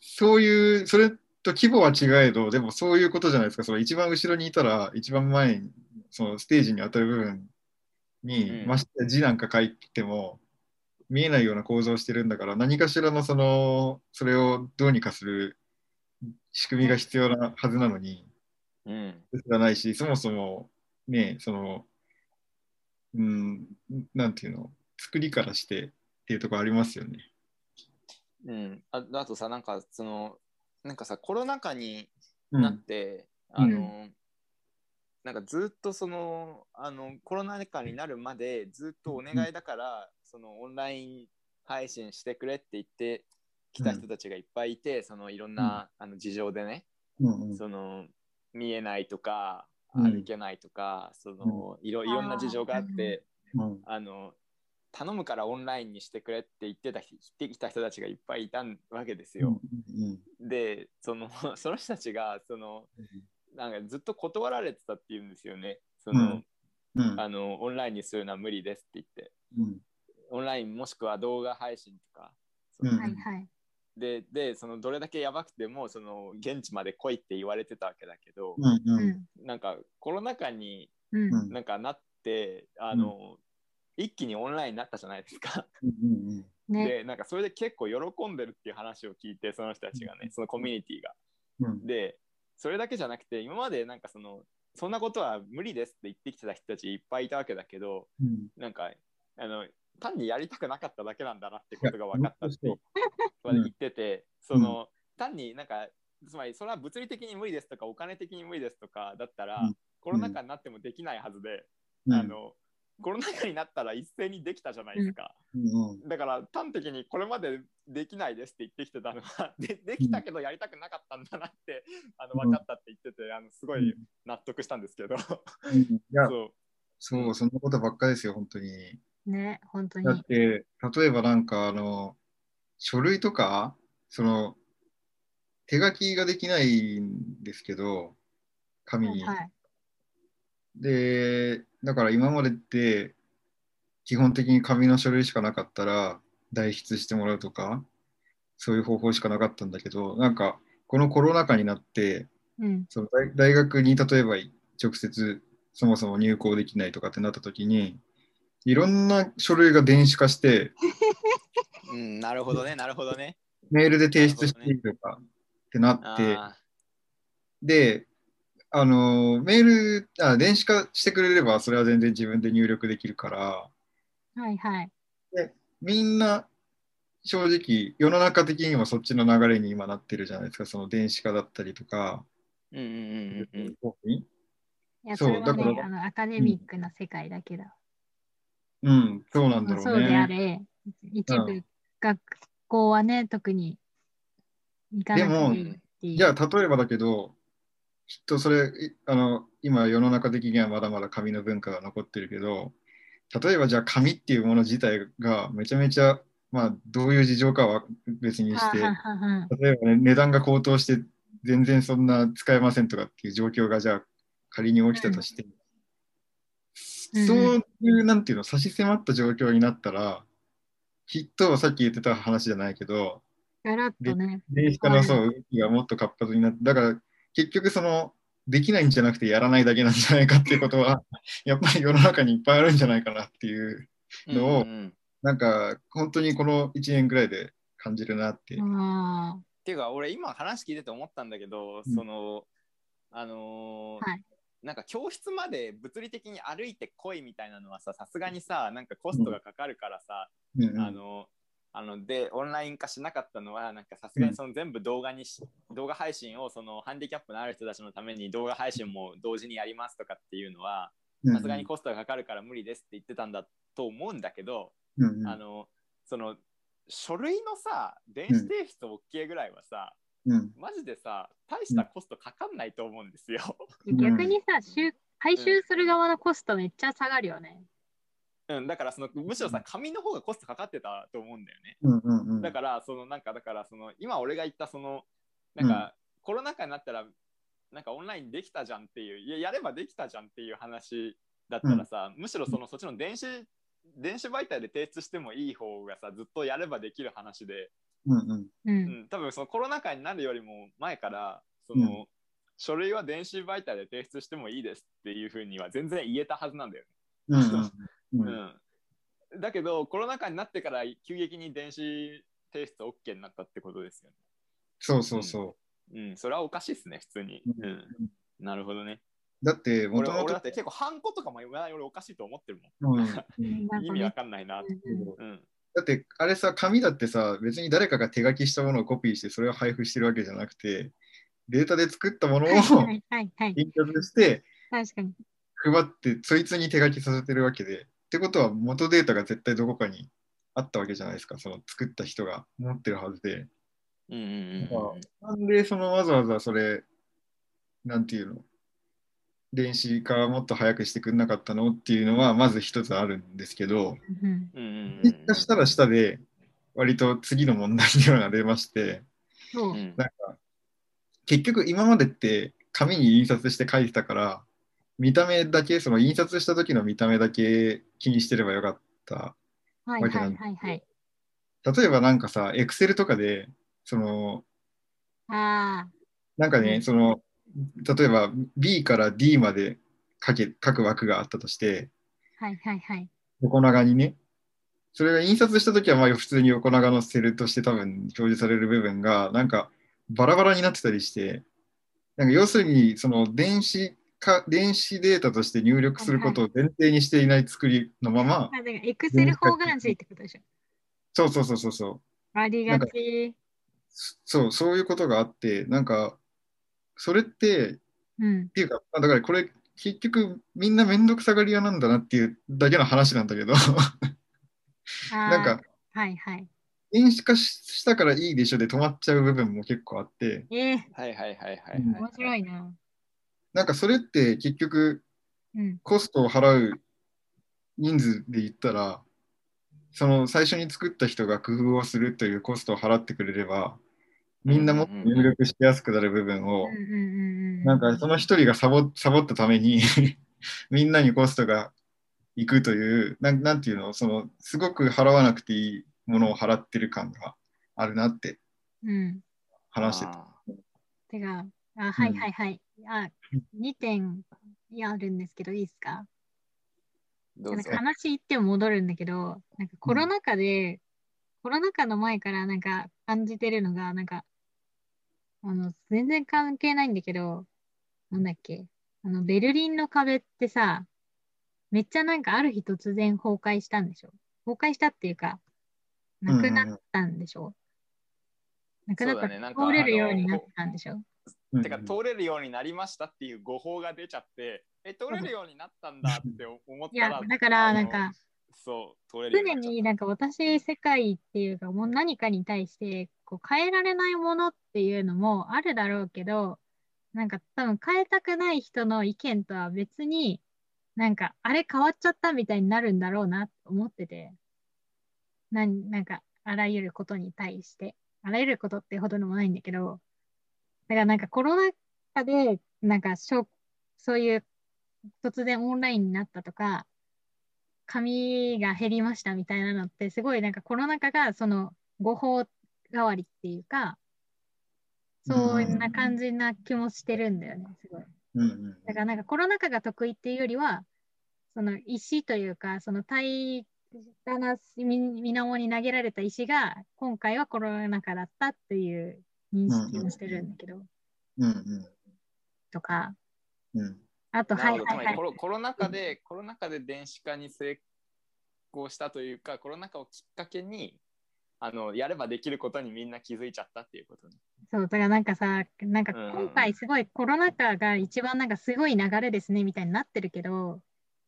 C: そういう、それと規模は違えど、でもそういうことじゃないですか、その一番後ろにいたら、一番前に、そのステージに当たる部分に、
B: うん
C: ましてや字なんか書いても、見えないような構造をしてるんだから、何かしらのその、それをどうにかする仕組みが必要なはずなのに、
B: うん。
C: 知らないし、そもそも、ね、その、うん、なんていうの、作りからしてっていうところありますよね。
B: うん、ああとさなんかそのなんかさコロナ禍に
C: う
B: なっ
C: ん、
B: て、
C: うん
B: あの、なんかずっとそのあのコロナ禍になるまでずっとお願いだから、そのオンライン配信してくれって言ってきた人たちがいっぱいいて、そのいろんな、あの事情でね、
C: うんうん
B: その見えないとか
C: うん
B: 歩けないとか、そのいろいろんな事情があって、
C: うん
B: あの頼むからオンラインにしてくれって言ってた人言ってきた人たちがいっぱいいたわけですよ。
C: うんうん
B: でそのその人たちがそのなんかずっと断られてたっていうんですよねその、
C: うんうん
B: あのオンラインにするのは無理ですって言って
C: うん
B: オンラインもしくは動画配信とか
C: うん
A: はいはい。
B: ででそのどれだけやばくてもその現地まで来いって言われてたわけだけど、
C: うん
A: う
C: うん
A: ん。
B: なんかコロナ禍に
A: うん。
C: うん
B: なんかなってあの、一気にオンラインになったじゃないですか。
C: うん
A: ね。
B: でなんかそれで結構喜んでるっていう話を聞いてその人たちがねそのコミュニティが。
C: うん
B: でそれだけじゃなくて今までなんかそのそんなことは無理ですって言ってきてた人たちいっぱいいたわけだけど
C: うん
B: なんかあの単にやりたくなかっただけなんだなってことが分かったって
C: いや
B: 言ってて、そ
C: ん
B: の、単になんかつまりそれは物理的に無理ですとかお金的に無理ですとかだったら、
C: うん
B: コロナ禍になってもできないはずで、
C: うん
B: あのコロナ禍になったら一斉にできたじゃないですか。
C: うん
B: だから端的にこれまでできないですって言ってきてたのは でできたけどやりたくなかったんだなってあの
C: うん
B: 分かったって言っててあのすごい納得したんですけどそ
C: うんいや
B: う
C: そう、そんなことばっかですよ、本当に。
A: ね。本当
C: だ
A: に
C: っ。て、例えばなんか、あの、書類とか、その、手書きができないんですけど、紙に。
A: はい。
C: で、だから今までって、基本的に紙の書類しかなかったら代筆してもらうとか、そういう方法しかなかったんだけど、なんか、このコロナ禍になって、
A: うん。
C: その大大学に例えば直接そもそも入校できないとかってなった時に、いろんな書類が電子化して、
B: うん、なるほどね、なるほどね。
C: メールで提出していいとかってなって、
B: あ
C: で、あのメールあ、電子化してくれれば、それは全然自分で入力できるから、
A: はいはい。
C: みんな正直、世の中的にもそっちの流れに今なってるじゃないですか、その電子化だったりとか。
B: ーうんうんうんうん
A: いや、
C: そ
A: そうれは
C: だか
A: ね、
C: ら
A: あの、アカデミックな世界だけだ。
C: うん、そうなん
A: ま
C: だ
A: あ
C: ろ
A: そう
C: う
A: であ
C: ね。
A: れ、一
C: う
A: 部学校はね、特に行かなくていいっていう。
C: じゃあ、例えばだけど、きっとそれ、いあの、今世の中的にはまだまだ紙の文化が残ってるけど、例えばじゃあ紙っていうもの自体がめちゃめちゃ、まあ、どういう事情かは別にして、
A: はあはあはあはあ
C: 例えば、ね、値段が高騰して全然そんな使えませんとかっていう状況がじゃあ仮に起きたとして、
A: うん
C: そういうなんていうの差し迫った状況になったらきっとさっき言ってた話じゃないけど
A: ガラッとね。
C: 電子化のそう動きがもっと活発になってだから結局そのできないんじゃなくてやらないだけなんじゃないかっていうことは やっぱり世の中にいっぱいあるんじゃないかなっていう
B: うん。
C: のを
B: うんうんうんっ
C: なんか本当にこの1年ぐらいで感じるなって。
A: あ
B: ていうか、俺今話聞いてて思ったんだけど、
C: うん
B: その、あのー
A: はい
B: なんか教室まで物理的に歩いてこいみたいなのはさ、さすがにさ、なんかコストがかかるからさ、
C: うんうん
B: あの、あのでオンライン化しなかったのはなんかさすがにその全部動画にし、動画配信をそのハンディキャップのある人たちのために動画配信も同時にやりますとかっていうのはさすがにコストがかかるから無理ですって言ってたんだと思うんだけど、
C: うんうん
B: あのその書類のさ電子提出 OK ぐらいはさ、
C: うん
B: マジでさ大したコストかかんないと思うんですよ。
C: うん
A: ー逆にさ、しゅ回収する側のコストめっちゃ下がるよね。
B: うん、だからそのむしろさ紙の方がコストかかってたと思うんだよね。
C: うんうんうん
B: だから、そのなんか、だから、その今俺が言った、そのなんか、コロナ禍になったら、なんかオンラインできたじゃんっていう、いや、やればできたじゃんっていう話だったらさ、むしろそのそっちの電子、電子媒体で提出してもいい方がさ、ずっとやればできる話で、
C: うんうん
A: う。
B: うんん、多分そのコロナ禍になるよりも前から、その、
C: うん
B: 書類は電子媒体で提出してもいいですっていうふうには全然言えたはずなんだよね。
C: うんうんうんうん
B: うん、だけど、コロナ禍になってから急激に電子提出 OK になったってことですよ
C: そうそうそう。
B: ね。うん、それはおかしいっすね、普通に。
C: う
B: うんん、なるほどね。
C: だって、も
B: 俺
C: と
B: は
C: も
B: 俺だっ
C: と
B: て結構、ハンコとかもまだ俺おかしいと思ってる
C: だ
A: な
B: も
A: ん
B: ん。
A: か
B: 意味わかんないな。
A: うん
B: うん、
C: って、あれさ、紙だってさ、別に誰かが手書きしたものをコピーして、それを配布してるわけじゃなくて、データで作ったものを
A: はいはいはいはい。
C: 印刷して、
A: 確かに。
C: 配って、そいつに手書きさせてるわけで、ってことは、元データが絶対どこかにあったわけじゃないですか、その作った人が持ってるはずで。
B: うんうん
C: うんなんでそのわざわざそれ、なんていうの、電子化もっと早くしてくれなかったのっていうのは、まず一つあるんですけど、
A: うん
B: うんうん
C: 電子化したらしたで、割と次の問題っていうのが出まして、
A: そうう。
B: ん
C: なんか、結局今までって紙に印刷して書いてたから、見た目だけ、その印刷した時の見た目だけ気にしてればよかった
A: はいはいはいはい。
C: 例えばなんかさ、エクセルとかで、その、
A: ああ、
C: なんか
A: う
C: ね、
A: ん
C: その、例えば B から D まで書け書く枠があったとして、
A: はいはいはい。
C: 横長にね、それが印刷したときはまあ普通に横長のセルとして多分表示される部分が、なんかバラバラになってたりして、なんか要するに、その電子か、電子データとして入力することを前提にしていない作りのま
A: あ
C: ま、
A: だからエクセル方眼紙ってことでしょ。
C: そうそうそうそうそう。
A: ありがち。
C: そそう、そういうことがあって、なんか、それって、
A: うん
C: っ。ていうか、まあだからこれ、結局、みんなめんどくさがり屋なんだなっていうだけの話なんだけど、
A: な
C: なんか、、
A: はいはい。
C: 電子化ししたからいいでしょで止まっちゃう部分も結構あって、
A: ええ
B: はいはいはいはい。
C: うん
A: 面白いな。
C: なんかそれって結局、
A: うん。
C: コストを払う人数で言ったら、その最初に作った人が工夫をするというコストを払ってくれれば、みんなもっと入力しやすくなる部分を、
A: うんうんうんうん。
C: なんかその一人がサボサボったためにみんなにコストが行くという、なんなんていうの、その、すごく払わなくていいものを払ってる感があるなって
A: うん。
C: 話してた。
B: あ
A: てか、あ、はいはいはい。あ、2点あるんですけど、いいですか
B: ーど
A: な
B: うんぞ
A: か。話一点戻るんだけど、なんかコロナ禍で、コロナ禍の前からなんか感じてるのが、なんか、あの、全然関係ないんだけど、なんだっけ、あの、ベルリンの壁ってさ、めっちゃなんかある日突然崩壊したんでしょ崩壊したっていうか、なくなったんでしょ、なくなっ
B: そ
A: た、
B: うだねなんか
A: 通れるようになったんでしょ
C: うん
B: てか通れるようになりましたっていう誤報が出ちゃって、え、通れるようになったんだって思っ
A: い
B: たら
A: や、、だから
B: あの
A: なんか、、
B: そう、通れるよう
A: 常
B: になっちゃった
A: になんか私世界っていうかもう何かに対してこう変えられないものっていうのもあるだろうけどなんか多分変えたくない人の意見とは別になんかあれ変わっちゃったみたいになるんだろうなと思っててなんなんかあらゆることに対してあらゆることってほどでもないんだけどだからなんかコロナ禍でなんかしょそういう突然オンラインになったとか紙が減りましたみたいなのってすごいなんかコロナ禍がその誤報代わりっていうかそんな感じな気もしてるんだよねすごい
C: うんうん
A: だからなんかコロナ禍が得意っていうよりはその石というかその平らなみ水面に投げられた石が今回はコロナ禍だったっていう認識をしてるんだけど
C: うんうん
A: とか
C: うん
A: あと
B: な
A: は
B: る
A: い
B: ほどつ
A: は
B: ま
A: い
B: り
A: はい
B: コロコロナ禍で、コロナ禍で電子化に成功したというか、コロナ禍をきっかけに、あの、やればできることにみんな気づいちゃったっていうことね。
A: そう、だからなんかさ、なんか
B: うんうんうん
A: 今回すごいコロナ禍が一番なんかすごい流れですねみたいになってるけど、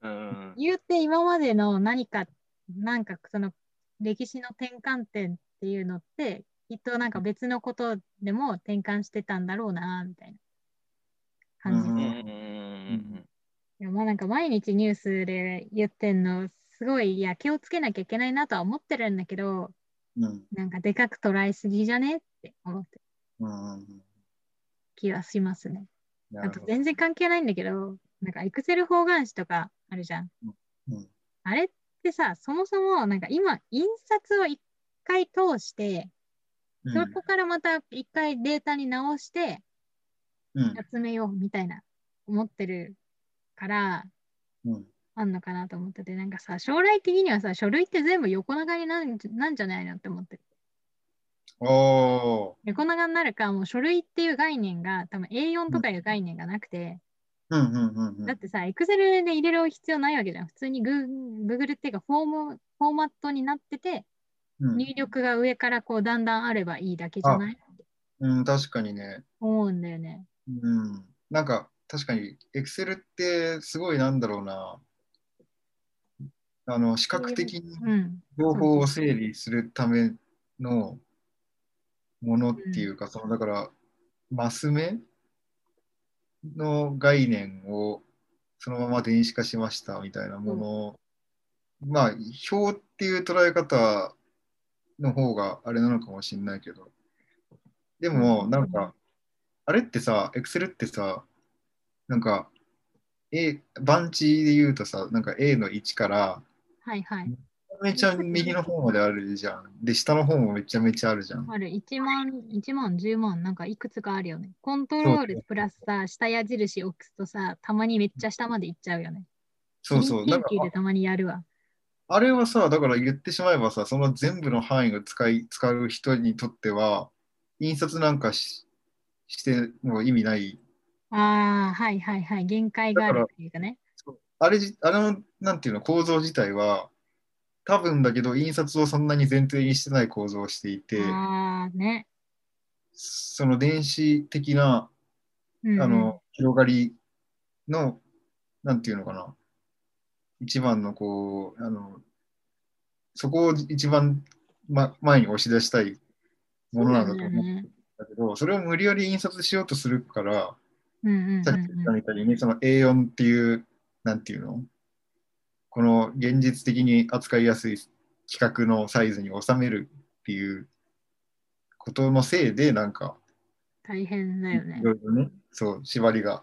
B: うん
A: 言うて今までの何か、なんかその歴史の転換点っていうのって、きっとなんか別のことでも転換してたんだろうな、みたいな感じ
C: う
B: うんん
C: う
B: うんん
A: で。
B: うんうん
A: いやまあなんか毎日ニュースで言ってんの、すごい、いや、気をつけなきゃいけないなとは思ってるんだけど、
C: うん
A: なんかでかく捉えすぎじゃねって思ってる
C: うんうん
A: 気はしますね。
C: な
A: あ
C: る
A: と
C: ほど
A: 全然関係ないんだけど、なんかエクセル方眼紙とかあるじゃん。
C: うん
A: あれってさ、そもそもなんか今、印刷を一回通して、そこからまた一回データに直して
C: うん
A: 集めようみたいな思ってるから、
C: うん
A: あんのかなと思ってて、なんかさ、将来的にはさ、書類って全部横長になんなんじゃないのって思ってる。
C: おー
A: 横長になるか、もう書類っていう概念が、多分 A4 とかいう概念がなくて、
C: うんうんうんうん
A: だってさ、エクセルで入れる必要ないわけじゃん。普通に Google Google っていうかフォーム、フォーマットになってて、
C: うん
A: 入力が上からこうだんだんあればいいだけじゃない
C: うん確かにね
A: 思うんだよね。
C: うんなんか確かに Excel ってすごいなんだろうなあの視覚的に
A: うん。
C: 情報を整理するためのものっていうか、そのだからマス目の概念をそのまま電子化しましたみたいなものを、まあ表っていう捉え方の方があれなのかもしれないけどでもなんか、あれってさ Excel ってさなんか A 番地で言うとさなんか A の1から
A: はいはい。
C: めちゃ右の方まであるじゃん。で、下の方もめちゃめちゃあるじゃん。
A: ある1万、1万、10万、なんかいくつかあるよね。コントロールプラスさ、下矢印置くとさ、たまにめっちゃ下まで行っちゃうよね。
C: そうそう。
A: 研
C: なんか、
A: 究でたまにやるわ。
C: ああれはさ、だから言ってしまえばさ、その全部の範囲を使い使う人にとっては、印刷なんかししても意味ない。
A: ああ、はいはいはい。限界があるっていうかね。
C: あれじ、あの、なんていうの、構造自体は、多分だけど、印刷をそんなに前提にしてない構造をしていて、
A: ああ、ね。
C: その電子的な
A: うん
C: あの、広がりの、なんていうのかな、一番のこう、あの、そこを一番、ま、前に押し出したいものなんだと思うん
A: ね。
C: だけど、それを無理やり印刷しようとするから、
A: うんうん
C: さっき言ったみたいにね、その A4 っていう、なんていうのこの現実的に扱いやすい規格のサイズに収めるっていうことのせいで、なんか、
A: 大変だ
C: い
A: よね。
C: ろいろね、そう、縛りが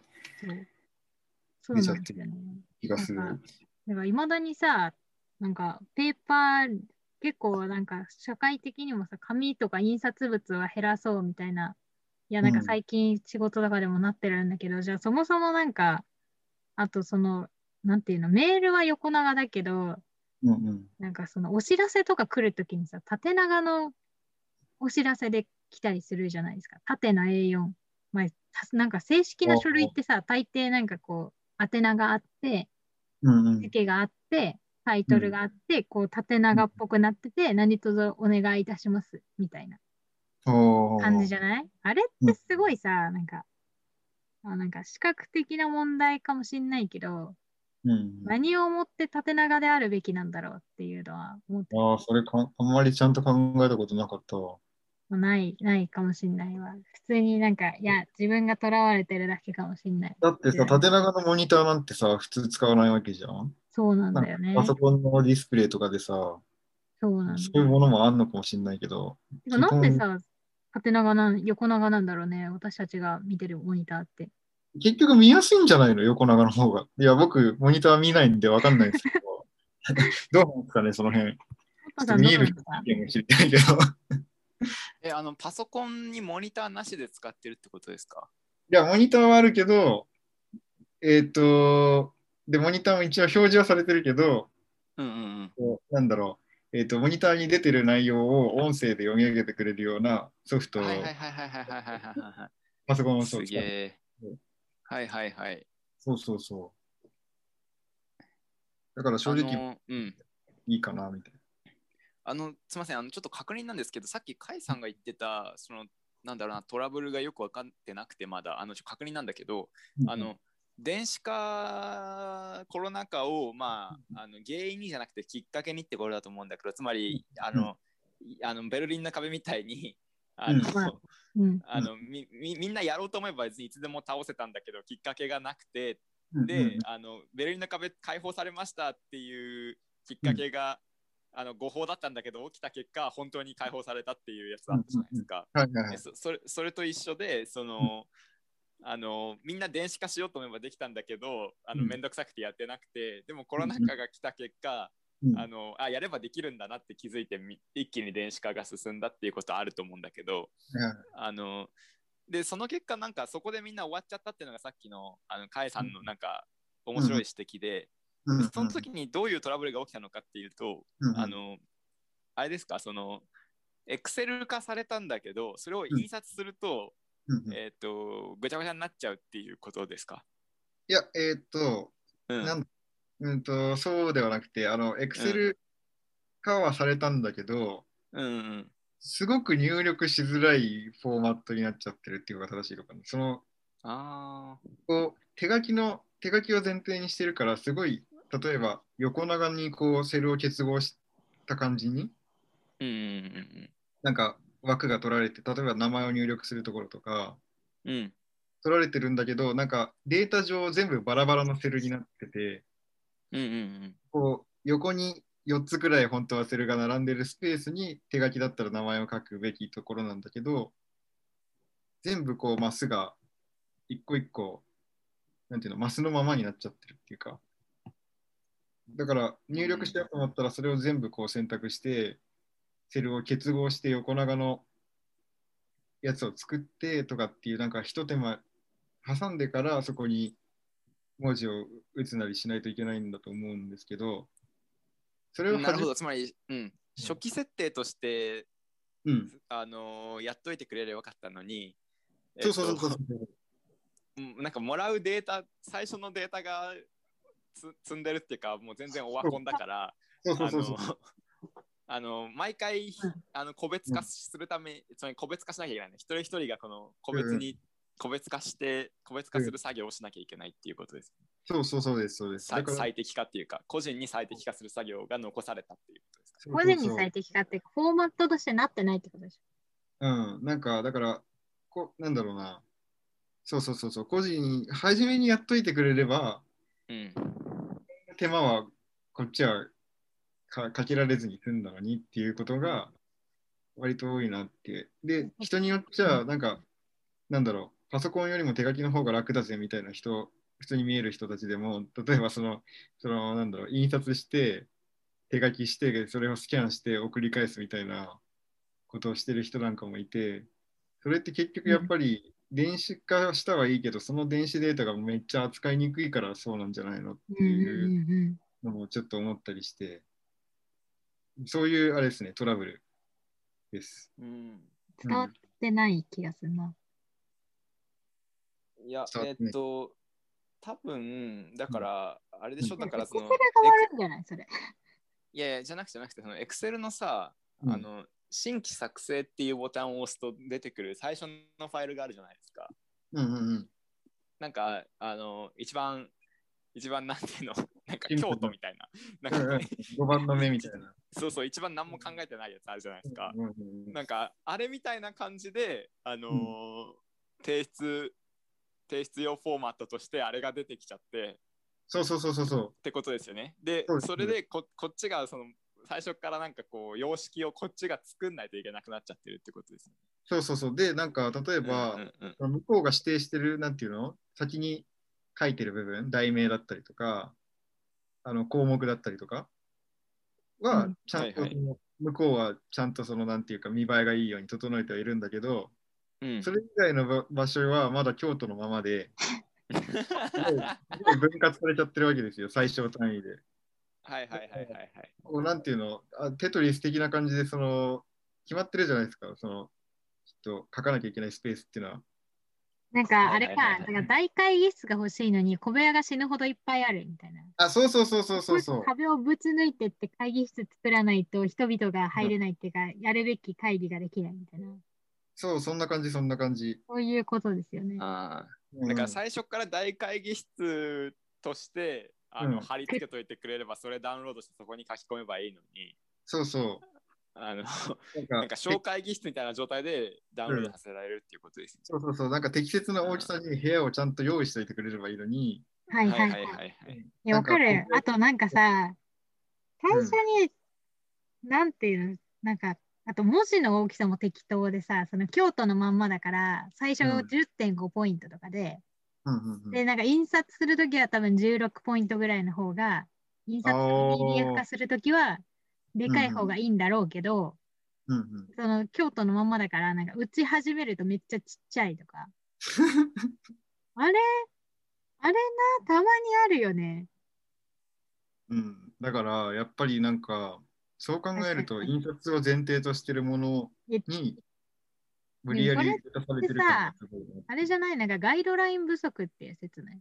A: そうそうなんですよね。
C: 気がする
A: なん。だからいまだにさ、なんかペーパー、結構なんか社会的にもさ、紙とか印刷物は減らそうみたいな、いやなん
C: う
A: か
C: ん
A: 最近仕事とかでもなってるんだけど、じゃあそもそもなんか、あとその、なんていうの、メールは横長だけど、
C: うんうん。
A: なんかそのお知らせとか来るときにさ、縦長のお知らせで来たりするじゃないですか。縦の A4。まあ、たなんか正式な書類ってさ、大抵なんかこう、縦長あって、
C: うんうん
A: 付けがあって、タイトルがあって、こう縦長っぽくなってて、何卒お願いいたしますみたいな
C: おー
A: 感じじゃないあれってすごいさ、なんか、あなんか視覚的な問題かもしんないけど、
C: うん
A: 何をもって縦長であるべきなんだろうっていうのは思って
C: ああ、それか、あんまりちゃんと考えたことなかったわ。
A: もうない、ないかもしんないわ。普通になんか、いや、自分がとらわれてるだけかもしんない。
C: だってさ、
A: うん
C: 縦長のモニターなんてさ、普通使わないわけじゃん。
A: そうなん
C: なん
A: だ
C: か
A: よね。
C: パソコンのディスプレイとかでさ、
A: そうなんだ
C: そういうものもあんのかもしれないけど、
A: てかなんでさ、縦長なん、横長なんだろうね。私たちが見てるモニターって。
C: 結局見やすいんじゃないの横長の方が。いや、僕、モニター見ないんでわかんないですけど、 どうなんですかね、その辺。
A: パパ
C: ちょっ
A: さ
C: と
A: んどう
C: 見え
A: なん
C: る
A: です
C: 人
A: か
C: の意見も知りたいけど。い
B: え、あの、パソコンにモニターなしで使ってるってことですか
C: や、モニターはあるけど、えっ、と、で、モニターも一応表示はされてるけど、
B: うんうんうん。
C: こうなんだろう、えっ、と、モニターに出てる内容を音声で読み上げてくれるようなソフトを
B: はいはいはいはいはいはいはいは
C: パソコン
B: い。
C: を
B: す
C: そう
B: げ
C: 使って
B: え。はいはいはい。
C: そうそうそう。だから正
B: あ
C: 直
B: のうん。
C: いいかな、みたいな。
B: あの、すみません、あの、ちょっと確認なんですけど、さっき甲斐さんが言ってた、その、なんだろうな、トラブルがよく分かってなくて、まだ、あの、ちょっと確認なんだけど、あの、電子化コロナ禍を、まあ、あの原因にじゃなくてきっかけにってことだと思うんだけどつまりあの、いあのベルリンの壁みたいにあの、
A: うんうん。
B: あのみみみんなやろうと思えば別にいつでも倒せたんだけどきっかけがなくて
C: うん、
B: で、あのベルリンの壁解放されましたっていうきっかけが、あの誤報だったんだけど起きた結果本当に解放されたっていうやつだったじゃないですか。
C: はいはいはい
B: え。そそれそれと一緒でその、あのみんな電子化しようと思えばできたんだけどあの
C: うん
B: めんどくさくてやってなくてでもコロナ禍が来た結果、
C: うん
B: あのあやればできるんだなって気づいてみ一気に電子化が進んだっていうことはあると思うんだけどあのでその結果なんかそこでみんな終わっちゃったっていうのがさっきのあのカエさんのなんか面白い指摘で、
C: うん
B: その時にどういうトラブルが起きたのかっていうと、
C: うん
B: あの、あれですか、その、エクセル化されたんだけど、それを印刷すると、
C: うんうん
B: えっ、と、ぐちゃぐちゃになっちゃうっていうことですか。
C: いや、えーっと、
B: うん。
C: なんうんと、そうではなくて、あの、Excel 化はされたんだけど、
B: うんうん。
C: すごく入力しづらいフォーマットになっちゃってるっていうのが正しいのかな。その、
B: ああ。
C: こう、手書きの、手書きを前提にしてるから、すごい、例えば横長にこう、セルを結合した感じに、
B: うんうん
C: なんか枠が取られて、例えば名前を入力するところとか、
B: うんうん。うん。
C: 取られてるんだけど、なんかデータ上全部バラバラのセルになってて、
B: うんうん
C: こう横に4つくらい本当はセルが並んでるスペースに手書きだったら名前を書くべきところなんだけど、全部こうマスが一個一個、なんていうの、マスのままになっちゃってるっていうか。だから入力しようと思ったらそれを全部こう選択して、セルを結合して横長のやつを作ってとかっていうなんか一手間挟んでからそこに文字を打つなりしないといけないんだと思うんですけど、それ
B: う
C: を
B: ん。なるほ
C: 初
B: ど、つまり、うん。初期設定として、
C: うん、
B: あのーやっといてくれればよかったのに、
C: そうそうそう
B: え
C: そ
B: っと
C: う。
B: うんなんかもらうデータ、最初のデータがつ積んでるっていうか、もう全然オワコンだから、
C: そうそう
B: あ
C: そうそう
B: の。 あの毎回
A: うん
B: あの個別化するため、つまり個別化しなきゃいけないね。一人一人がこの個別に個別化して、個別化する作業をしなきゃいけないっていうことです。
C: そうそうそうです、そうです。
B: さ
C: だから
B: 最適化っていうか、個人に最適化する作業が残されたっていうことですか。
A: 個人に最適化ってフォーマットとしてなってないってことでし
C: うん、なんか、だから、こなんだろうな。そうそうそうそう、個人に、初めにやっといてくれれば、
B: うん。
C: 手間はこっちはかかけられずに済んだのにっていうことが割と多いなって。で、人によっちゃ、なんか、なんだろう、パソコンよりも手書きの方が楽だぜみたいな人、普通に見える人たちでも、例えばその、その、なんだろう、印刷して、手書きして、それをスキャンして送り返すみたいなことをしてる人なんかもいて、それって結局やっぱり電子化したはいいけど、その電子データがめっちゃ扱いにくいからそうなんじゃないのって
A: うんうん
C: いう。
A: うん
C: のもちょっと思ったりして、そういうあれですね、トラブルです。
B: うん。
A: うん伝わってない気がするな。
B: いや、
C: 伝
B: え
C: わってない
B: っと、多分だから、あれでしょ、
C: うん
B: だからそ
A: それ
B: の、
A: が
B: エク
A: 悪いんじゃないそれ。
B: いやいや、じゃなくて、じゃなくて、その、エクセルのさ、
C: うん
B: あの、新規作成っていうボタンを押すと出てくる最初のファイルがあるじゃないですか。
C: うんうんうん。
B: なんか、あの、一番、一番なんていうの、 なんか
C: シンプ
B: 京
C: ルな
B: 都みたいな、な
C: う
B: ん
C: んう
B: か、
C: ん5番の目みたいな。
B: そうそう、一番何も考えてないやつあるじゃないですか。
C: うんうんうん
B: なんかあれみたいな感じで、あのー提出提出用フォーマットとしてあれが出てきちゃって
C: そうそうそうそうそ
B: ってことですよね。で
C: そう
B: そ
C: です
B: れでここっちがその最初からなんかこう様式をこっちが作んないといけなくなっちゃってるってことですよね。
C: う。そうそうそう。で、なんか例えば、
B: うんうんうん
C: 向こうが指定してる、なんていうの先に書いてる部分、題名だったりとか、あの項目だったりとか
A: う
C: は
A: ん、
C: ちゃんと、
B: はい
C: 向こうはちゃんとその、なんていうか、見栄えがいいように整えてはいるんだけど、
B: うん
C: それ以外の場場所はまだ京都のままで、
B: は
C: すごい分割されちゃってるわけですよ、最小単位で。
B: いはいはいはいはい。
C: こうなんていうのあ、テトリス的な感じで、その、決まってるじゃないですか、その、ちょっと書かなきゃいけないスペースっていうのは。
A: なんかあれか、
B: はいはいはい
A: だから大会議室が欲しいのに小部屋が死ぬほどいっぱいあるみたいな。
C: あ、そうそうそうそうそうそう。
A: 壁をぶち抜いてって会議室作らないと人々が入れないっていうか、やるべき会議ができないみたいな。
C: そう、そんな感じ、そんな感じ。
A: そういうことですよね。
B: あ
C: う
B: ー
C: ん
B: だから最初から大会議室としてあの、
C: うん
B: 貼り付けといてくれればそれダウンロードしてそこに書き込めばいいのに
C: そうそ
B: あ の
C: う。なんか
B: なんか小会議室みたいな状態でダウンロードさせられるっていうことです、
C: そうそうそう、なんか適切な大きさに部屋をちゃんと用意しておいてくれればいいのに、
A: はいはいはい。
B: いはい。
A: いや、わか
C: な
A: る
C: ん。か
A: あとなんかさ、最初に、なんていうの、なんか、あと文字の大きさも適当でさ、その京都のまんまだから、最初
C: うん
A: 10.5ポイントとかで、
C: うんうんうん、
A: で、なんか印刷するときは多分16ポイントぐらいの方が、印刷
C: あー
A: PDF 化するときは、でかい方がいいんだろうけど、
C: うんうん、
A: その京都のまんまだから、なんか打ち始めるとめっちゃちっちゃいとか。あれあれな、たまにあるよね。
C: うん。だから、やっぱりなんか、そう考えると、
A: 確かに
C: 印刷を前提としてるもの
A: いや
C: に、無理やり
A: うん
C: 出されてる感がすごいな
A: あれじゃないなんかガイドライン不足っていう説ない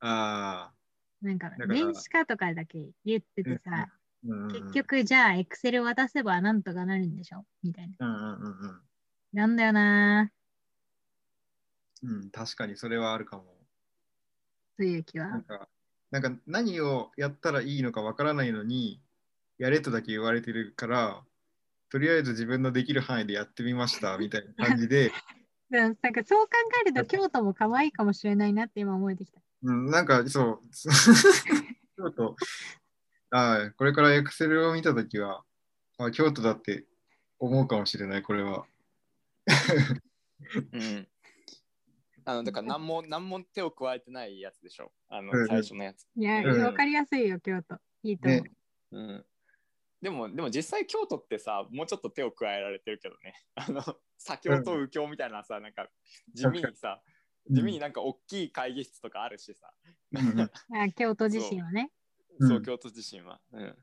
C: ああ、
A: なんか
C: だから
A: 電子化とかだけ言っててさ、
C: うんうんうん
A: 結、局じゃあエクセル渡せばなんとかなるんでしょみたいな。
C: うんうんうん
A: なんだよな
C: うん、うん、確かにそれはあるかも。
A: ーという気
C: な
A: は
C: ん。か、なんか何をやったらいいのかわからないのに、やれとだけ言われてるから、とりあえず自分のできる範囲でやってみましたみたいな感 じで、
A: でもなんかそう考えると京都も可愛いかもしれないなって今思えてきた。
C: うん、なんか そう、そう京都、ああ、これからエクセルを見たときは、あ京都だって思うかもしれない、これは。
B: うん。あの、だから何も、何も手を加えてないやつでしょ。あの
C: うん、
B: 最初のやつ。
A: いや、
C: うん
A: わかりやすいよ、京都。いいと思う。
C: ね
B: うん。でも、でも実際京都ってさ、もうちょっと手を加えられてるけどね。 あの、左京と右京みたいなさ、なんか地味にさ、地味になんか大きい会議室とかあるしさ、
C: うんうん
A: あ京都自身はね。
C: うん
B: そう京都自身は。うん。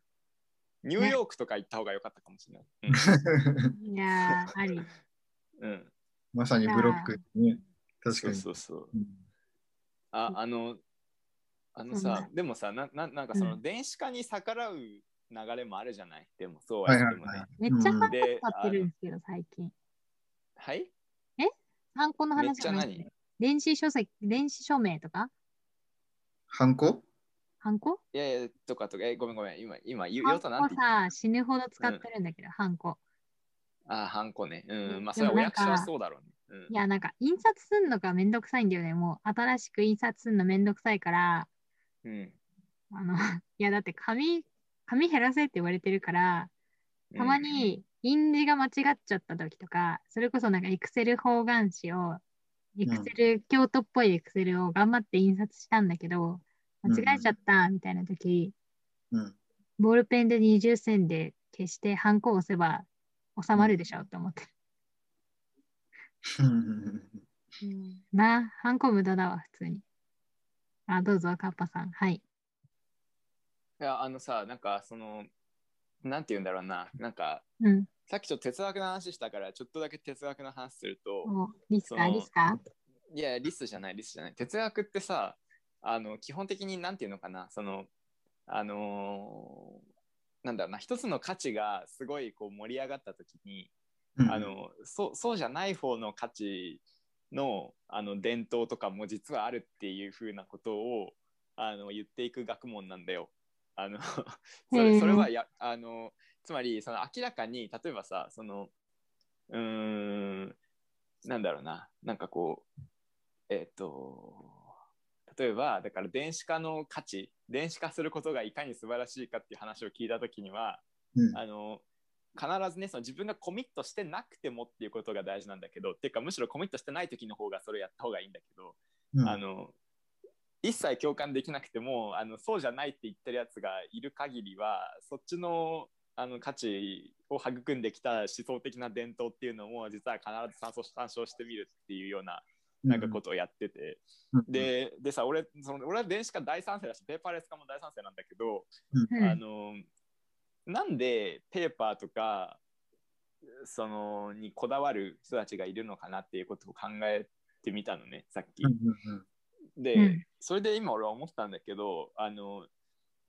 B: ニューヨークとか行った方が良かったかもしれない。
A: いやー、あり。
B: うん。うん、
C: まさにブロックね。確かに。
B: そうそうそう。
C: うん
B: ああのあの
A: そう
B: さ
A: ね
B: でもさなななんかそうの
A: ん
B: 電子化に逆らう流れもあるじゃないでもそうはしても
C: はいはい
B: ね
C: は
A: めっちゃ
C: うん
A: ハンコ
B: で
A: 使ってるんですけど、最近。
B: はい
A: ハンコの
B: めっ
A: 話
B: ち
A: じ
B: ゃ
A: ゃないです
B: 何
A: ね。電子書籍、電子署名とか
C: ハンコ
A: ハンコ
B: いやいやとかとかえごめんごめん今今言う
A: ハ
B: よ
A: ン
B: となん
A: コ
B: て言った
A: さ、死ぬほど使ってるんだけど、ハンコ。
B: あハンコねう
A: うん
B: んまあ
A: で
B: それ
A: も
B: はお
A: なん
B: 役
A: か
B: 所はそうだろうね
A: いや、なんか印刷すんのがめんどくさいんだよね。もう新しく印刷すんのめんどくさいから、
B: うんうん
A: あの、 いや、だって紙、紙減らせって言われてるから、
B: うん
A: たまに印字が間違っちゃった時とか、それこそなんかエクセル方眼紙をエクセル、京都っぽいエクセルを頑張って印刷したんだけど、間違えちゃったみたいな時、
C: うん。
A: ボールペンで二重線で消して、ハンコを押せば収まるでしょって思ってる。な、ハンコ無駄だわ、普通に。あ、どうぞ、カッパさん。はい。
B: いやあのさなんかそのなんて言うんだろうななんか
A: うん。
B: さっきちょっと哲学の話したからちょっとだけ哲学の話すると、
A: おリス
B: そ
A: か、
B: の
A: リスか。
B: いやリスじゃないリスじゃない哲学ってさあの基本的になんていうのかなそのあのーなんだろうな一つの価値がすごいこう盛り上がった時に、
C: うん
B: あ、のそうそうじゃない方の価値のあの伝統とかも実はあるっていうふうなことをあの言っていく学問なんだよ。あの そ
A: へ
B: れ
A: え
B: それはやあのつまりその明らかに例えばさそのうーんなんだろうななんかこうえっ、と例えばだから電子化の価値電子化することがいかに素晴らしいかっていう話を聞いた時には
C: うん
B: あの必ずねその自分がコミットしてなくてもっていうことが大事なんだけどっていうかむしろコミットしてない時の方がそれやった方がいいんだけど、
C: うん
B: あの一切共感できなくてもあのそうじゃないって言ってるやつがいる限りはそっちのあの価値を育んできた思想的な伝統っていうのも実は必ず参照参照してみるっていうようななんかことをやってて。
C: うん、
B: ででさ俺その俺は電子化大賛成だしペーパーレス化も大賛成なんだけど、
A: う
B: あ
A: ん。
B: のなんでペーパーとかそのにこだわる人たちがいるのかなっていうことを考えてみたのねさっき。
C: うんうん
B: で、
A: うん
B: それで今俺は思ったんだけどあの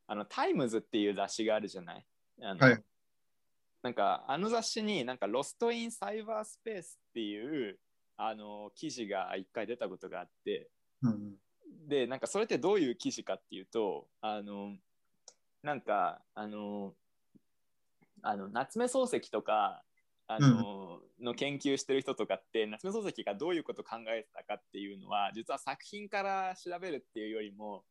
B: あのタイムズっていう雑誌があるじゃないあの、
C: はい
B: なんかあの雑誌になんかロストインサイバースペースっていうあの記事が一回出たことがあって、
C: うんうん
B: でなんかそれってどういう記事かっていうとあのなんかあのあの夏目漱石とかあの、の研究してる人とかって夏目漱石がどういうことを考えてたかっていうのは実は作品から調べるっていうよりも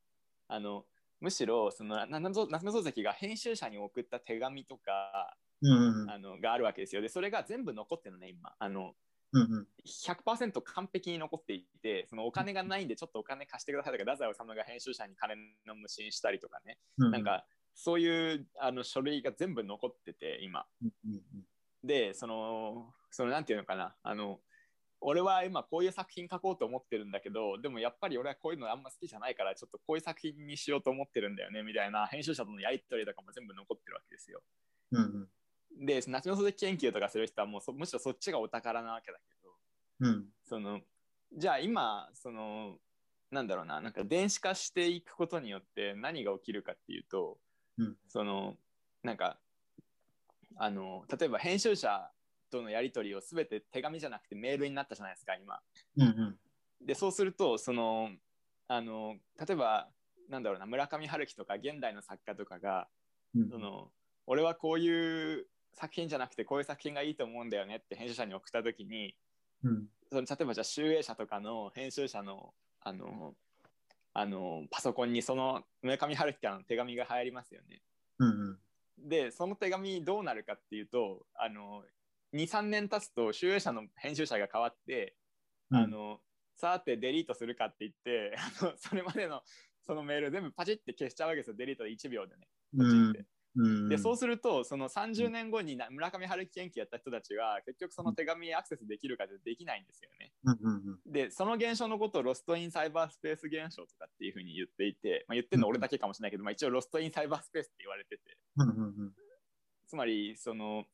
B: あのむしろそのなな夏目漱石が編集者に送った手紙とか
C: うん
B: あのがあるわけですよでそれが全部残ってるのね今あの
C: うんうん
B: 100%完璧に残っていてそのお金がないんでちょっとお金貸してくださいとか太宰治が編集者に金の無心したりとかね、
C: うん
B: なんかそういうあの書類が全部残ってて今
C: うんうん
B: でそのそのなんていうのかなあの俺は今こういう作品書こうと思ってるんだけどでもやっぱり俺はこういうのあんま好きじゃないからちょっとこういう作品にしようと思ってるんだよねみたいな編集者とのやり取りとかも全部残ってるわけですよ
C: うんうん
B: で夏目漱石研究とかする人はもうそむしろそっちがお宝なわけだけど
C: うん
B: そのじゃあ今そのなんだろうななんか電子化していくことによって何が起きるかっていうと、
C: うん
B: そのなんかあの例えば編集者とのやり取りを全て手紙じゃなくてメールになったじゃないですか今。
C: うんうん
B: でそうするとそのあの例えばなんだろうな村上春樹とか現代の作家とかが
C: うん
B: その俺はこういう作品じゃなくてこういう作品がいいと思うんだよねって編集者に送った時に
C: うん
B: その例えばじゃあ集英社とかの編集者のあのあのパソコンにその村上春樹からの手紙が入りますよね。
C: うん
B: でその手紙どうなるかっていうとあの23年経つと集英社の編集者が変わって、
C: うん
B: あのさてデリートするかって言って あのそれまでのそのメール全部パチって消しちゃうわけですよデリートで1秒でね。パチって
C: うん
B: でそう
C: す
B: するとその30年後にな村上春樹研究やった人たちは結局その手紙にアクセスできるかってできないんですよね。
C: うんうん
B: で、その現象のことをロストインサイバースペース現象とかっていうふうに言っていて、まあ、言ってるの俺だけかもしれないけど、まあ、一応ロストインサイバースペースって言われてて、
C: うんうんうん
B: つまり、その、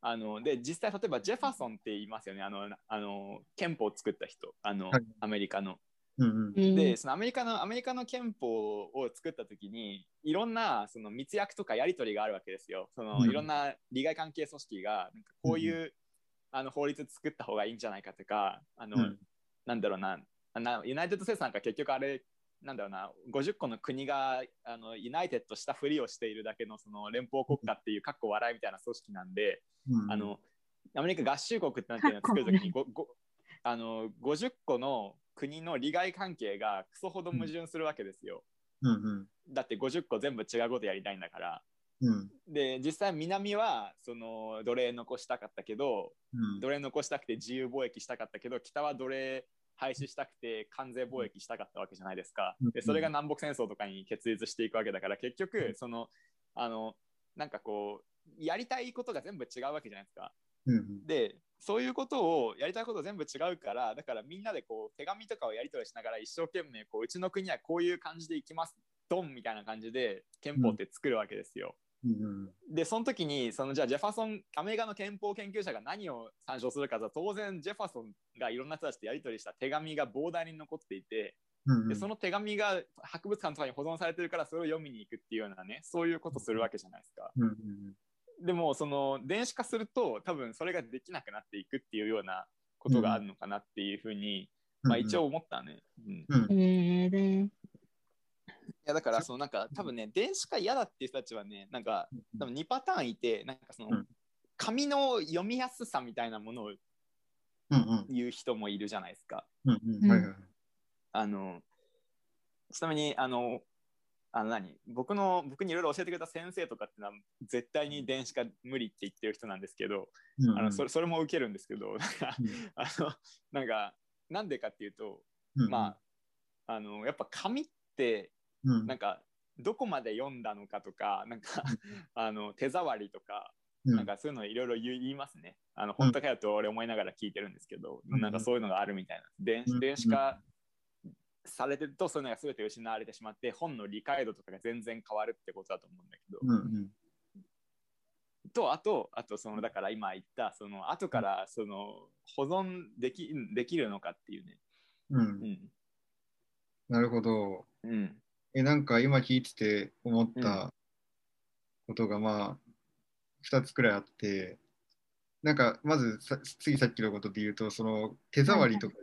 B: あの、で、実際、例えばジェファソンって言いますよね、あの、あの憲法を作った人、あの、
C: はい
B: アメリカの。
C: うん
A: えー
B: で、そのアメリカの、アメリカの憲法を作った時に、いろんな、その密約とかやり取りがあるわけですよ。その、
C: うん
B: いろんな利害関係組織が、なんかこういう、あの、法律作った方がいいんじゃないかとか、あの、
C: うん
B: なんだろうな、あなユナイテッド・ステーツなんか結局あれ、なんだろうな、50個の国があのユナイテッドしたふりをしているだけのその連邦国家っていう、かっこ笑いみたいな組織なんで、
C: うん
B: あのアメリカ合衆国ってなんていうのを作るときにごごあの、50個の国の利害関係がクソほど矛盾するわけですよ。
C: うんうん
B: だって50個全部違うことやりたいんだから。
C: うん
B: で、実際南はその奴隷残したかったけど、
C: うん
B: 奴隷残したくて自由貿易したかったけど北は奴隷廃止したくて関税貿易したかったわけじゃないですか。
C: うん
B: でそれが南北戦争とかに結実していくわけだから結局そのあのなんかこうやりたいことが全部違うわけじゃないですか。
C: うん
B: でそういうことをやりたいこと全部違うからだからみんなでこう手紙とかをやり取りしながら一生懸命こううちの国はこういう感じでいきますドンみたいな感じで憲法って作るわけですよ。
C: うん
B: でその時にそのじゃあジェファソンアメリカの憲法研究者が何を参照するかと当然ジェファソンがいろんな人たちとやり取りした手紙が膨大に残っていて
C: うん
B: でその手紙が博物館とかに保存されてるからそれを読みに行くっていうようなねそういうことするわけじゃないですか。
C: うんうん
B: でもその電子化すると多分それができなくなっていくっていうようなことがあるのかなっていうふうに、まあ一応思ったね。うん
C: うん
A: えー、で、
B: いやだからそのなんか多分ね電子化嫌だっていう人たちはねなんか多分2パターンいてなんかその、
C: うん
B: 紙の読みやすさみたいなものを
C: うんうん
B: 言う人もいるじゃないですか。
C: うんうんはいはい
B: あのちなみにあのあの何僕の僕にいろいろ教えてくれた先生とかっていうのは絶対に電子化無理って言ってる人なんですけど、
C: うんうん
B: あのそれそれも受けるんですけど なんか
C: うん
B: あのなんかなんでかっていうと、
C: うん
B: まああのやっぱ紙って
C: うん
B: なんかどこまで読んだのかとかなんか あの手触りとか
C: うん
B: なんかそういうのいろいろ言い言いますね。あの本当かよと俺思いながら聞いてるんですけど、
C: うん
B: なんかそういうのがあるみたいな。電
C: うん
B: 電子化されてるとそういうのが全て失われてしまって本の理解度とかが全然変わるってことだと思うんだけど、
C: うんうん
B: とあとあとそのだから今言ったその後からその保存できできるのかっていうね。
C: う
B: うんん
C: なるほど
B: うん
C: えなんか今聞いてて思ったことがまあ2つくらいあってなんかまずさ次さっきのことで言うとその手触りとか、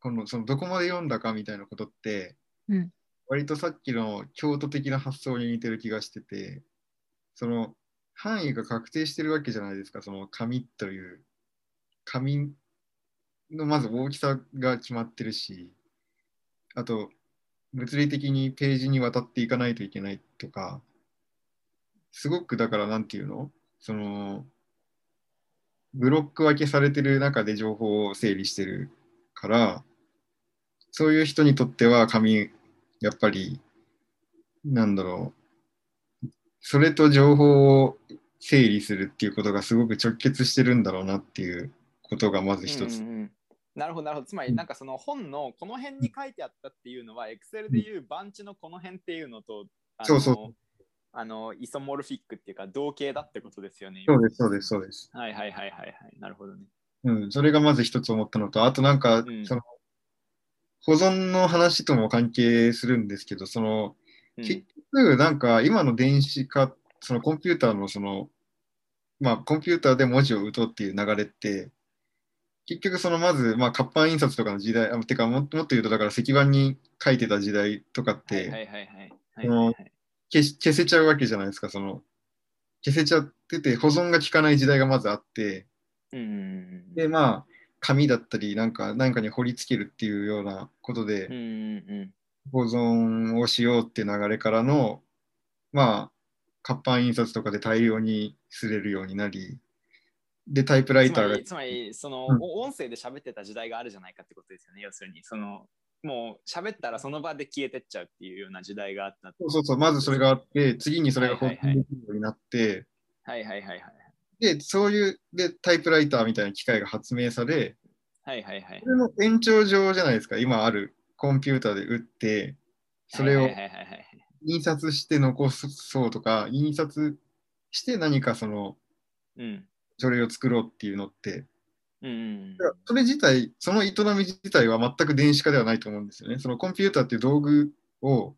C: このそのどこまで読んだかみたいなことって、
A: うん
C: 割とさっきの京都的な発想に似てる気がしててその範囲が確定してるわけじゃないですかその紙という紙のまず大きさが決まってるしあと物理的にページに渡っていかないといけないとかすごくだからなんていうのそのブロック分けされてる中で情報を整理してるからそういう人にとっては紙やっぱりなんだろうそれと情報を整理するっていうことがすごく直結してるんだろうなっていうことがまず一
B: う
C: つ
B: ん。うんうんなるほどなるほどつまりなんかその本のこの辺に書いてあったっていうのは Excel でいう番地のこの辺っていうのとあの
C: そうそう
B: あのイソモルフィックっていうか同型だってことですよね。
C: そうです、そうです、そうです。
B: はいはいはいはいはいなるほどね。
C: うん、それがまず一つ思ったのと、あとなんか、
B: ん
C: その、保存の話とも関係するんですけど、その、
B: うん
C: 結局、なんか今の電子化、そのコンピューターのその、まあコンピューターで文字を打とうっていう流れって、結局そのまず、まあ活版印刷とかの時代、あてかもっともっと言うと、だから石板に書いてた時代とかっ
B: はいは
C: て
B: いはいはいは
C: そ
B: い
C: の
B: はいはい。
C: 消し、消せちゃうわけじゃないですか、その、消せちゃってて保存が効かない時代がまずあって、
B: うんうん
C: でまあ紙だったりなんか何かに掘り付けるっていうようなことで
B: うんうんうん
C: 保存をしようって流れからのまあ活版印刷とかで大量にすれるようになりでタイプライ
B: つ
C: タ
B: ま
C: ーが
B: りつまりその、
C: うん
B: お音声で喋ってた時代があるじゃないかってことですよね要するにそのもう喋ったらその場で消えてっちゃうっていうような時代があった
C: そうそうそうまずそれがあって次にそれが保
B: はい
C: 存
B: はいは
C: でき
B: い
C: るようになって
B: はいはいはいはい
C: でそういうでタイプライターみたいな機械が発明され
B: はいはいはい
C: それの延長上じゃないですか今あるコンピューターで打ってそれ
B: は
C: を
B: いはいはいはいはい
C: 印刷して残そうとか、印刷して何かその
B: うん
C: 書類を作ろうっていうのって、
B: うんうん
C: それ自体、その営み自体は全く電子化ではないと思うんですよね。そのコンピューターっていう道具を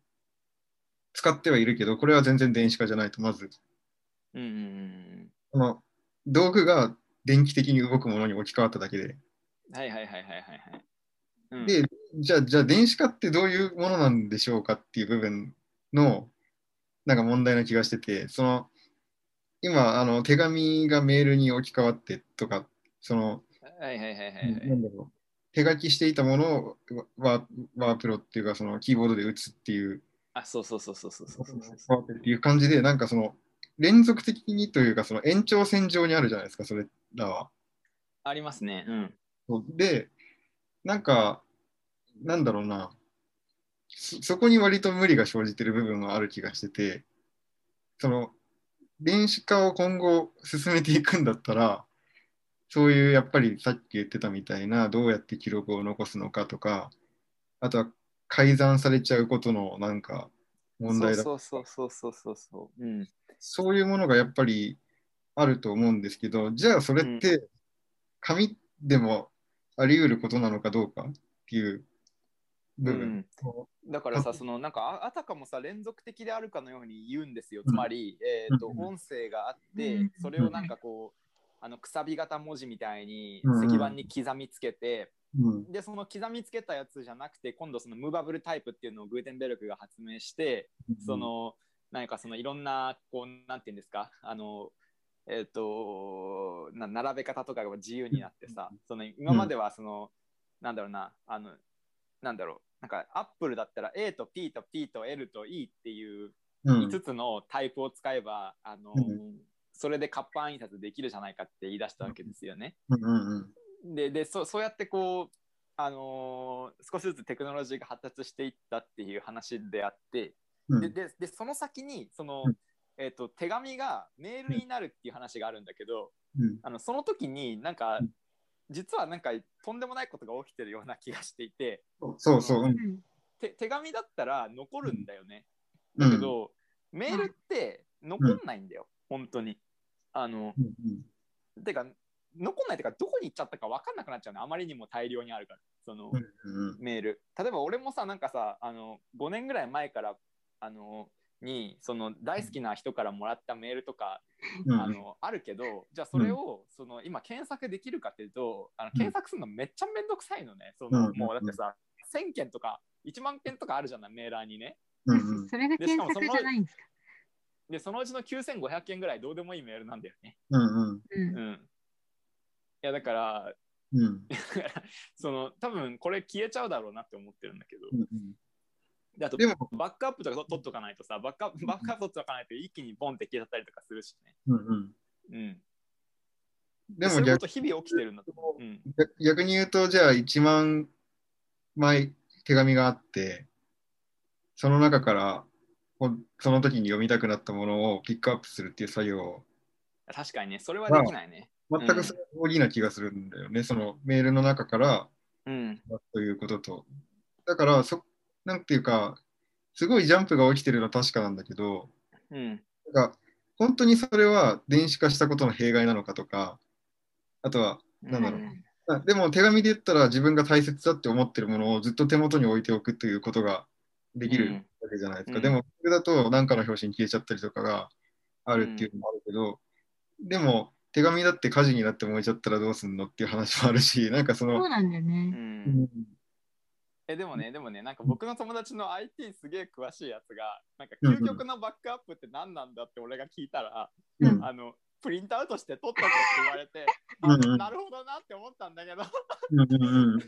C: 使ってはいるけど、これは全然電子化じゃないと、まず、
B: うんうんうん
C: その道具が電気的に動くものに置き換わっただけで。
B: うんはいはいはいはいはいはいうん
C: で、じゃあ、じゃあ電子化ってどういうものなんでしょうかっていう部分の、なんか問題な気がしてて、その、今、あの、手紙がメールに置き換わってとか、その、
B: はいはいはいはいはい
C: なんだろう、手書きしていたものをワワワープロっていうか、その、キーボードで打つっていう、
B: あそうそうそうそうそうそうそうそう
C: 変わってっていう感じで、なんかその、連続的にというか、その延長線上にあるじゃないですか、それらは。
B: ありますねうん
C: そうで、なんか、なんだろうな、そそこに割と無理が生じてる部分はある気がしてて、その、電子化を今後進めていくんだったら、そういうやっぱりさっき言ってたみたいな、どうやって記録を残すのかとか、あとは改ざんされちゃうことのなんか問題だ
B: そうそうそうそうそうそう。うん。
C: そういうものがやっぱりあると思うんですけど、じゃあそれって紙でもあり得ることなのかどうかっていう
B: う
C: 部分。
B: ん、だからさ、そのなんかああたかもさ、連続的であるかのように言うんですよ。つまり、えっ、と、
C: うん
B: 音声があって
A: うん、
B: それをなんかこう、あのくさび型文字みたいに
C: うん
B: 石板に刻みつけて、
C: うん
B: で、その刻みつけたやつじゃなくて、今度そのムーバブルタイプっていうのをグーテンベルクが発明して、そ、の何かそのいろんなこうなんて言うんですかあのえっ、とな並べ方とかが自由になってさその今まではその、なんだろうなあのなんだろうなんかアップルだったら A と P と P と L と E っていう
C: うん
B: 5つのタイプを使えば、あの
C: うん
B: それで活版印刷できるじゃないかって言い出したわけですよね。
C: うんうん
B: ででそそうやってこう、あのー少しずつテクノロジーが発達していったっていう話であって、
C: うん
B: でででその先にその、
C: うん
B: えー、と手紙がメールになるっていう話があるんだけど、
C: うん
B: あのその時になんか、
C: うん
B: 実はなんかとんでもないことが起きてるような気がしていて
C: そうそう。うん
A: うん
B: て手紙だったら残るんだよね、
C: うん
B: だけどメールって残んないんだよ、本当に。あの
C: うんうん
B: てか残んないっていうかどこに行っちゃったか分かんなくなっちゃうのあまりにも大量にあるからその、
C: うんうん
B: メール例えば俺もさなんかさあの5年ぐらい前からあのにその大好きな人からもらったメールとか、
C: うん
B: あのあるけどじゃあそれを、その今検索できるかっていうとあの検索するのめっちゃめんどくさいのねその、
C: うん
B: もうだってさ1,000件とか1万件とかあるじゃないメーラーにね
C: うん
A: そそれが検索じゃないんですか。
B: でそのうちの9,500件ぐらいどうでもいいメールなんだよね
C: うん
A: うん
B: うんいやだから
C: うん
B: その多分これ消えちゃうだろうなって思ってるんだけど、
C: うん
B: であと
C: でも、
B: バックアップとかと取っとかないとさ、バックアップ、バックアップ取っとかないと一気にボンって消えちゃったりとかするしね。
C: うんうん、
B: うん。
C: で
B: そう
C: も
B: いうこ
C: 逆
B: と日々起きてるんだと思う。うん。
C: 逆に言うと、じゃあ1万枚手紙があって、その中からこうその時に読みたくなったものをピックアップするっていう作業を
B: 確かにね、それはできないね。
C: 全くそれが理な気がするんだよね、そのメールの中から
B: うん。
C: ということと。だからそ、なんていうか、すごいジャンプが起きてるのは確かなんだけど、
B: うん。
C: なんか本当にそれは電子化したことの弊害なのかとか、あとは、なんだろう
B: うん
C: あでも手紙で言ったら自分が大切だって思ってるものをずっと手元に置いておくということができるわけじゃないですか。
B: うん
C: でもそれだと何かの表紙に消えちゃったりとかがあるっていうのもあるけど、でも手紙だって火事になって燃えちゃったらどうすんのっていう話もあるし、 なんかそ
A: そう
C: の、
A: なんだよ
B: う
A: ね。
B: ん。
C: うん
B: え、でもね、でもね、なんか僕の友達の IT すげえ詳しいやつが、なんか究極のバックアップって何なんだって俺が聞いたら、
C: うん
A: うん
B: あの、プリントアウトして取ったって言われて、
C: うん
B: あなるほどなって思ったんだけど、
C: うんうんうん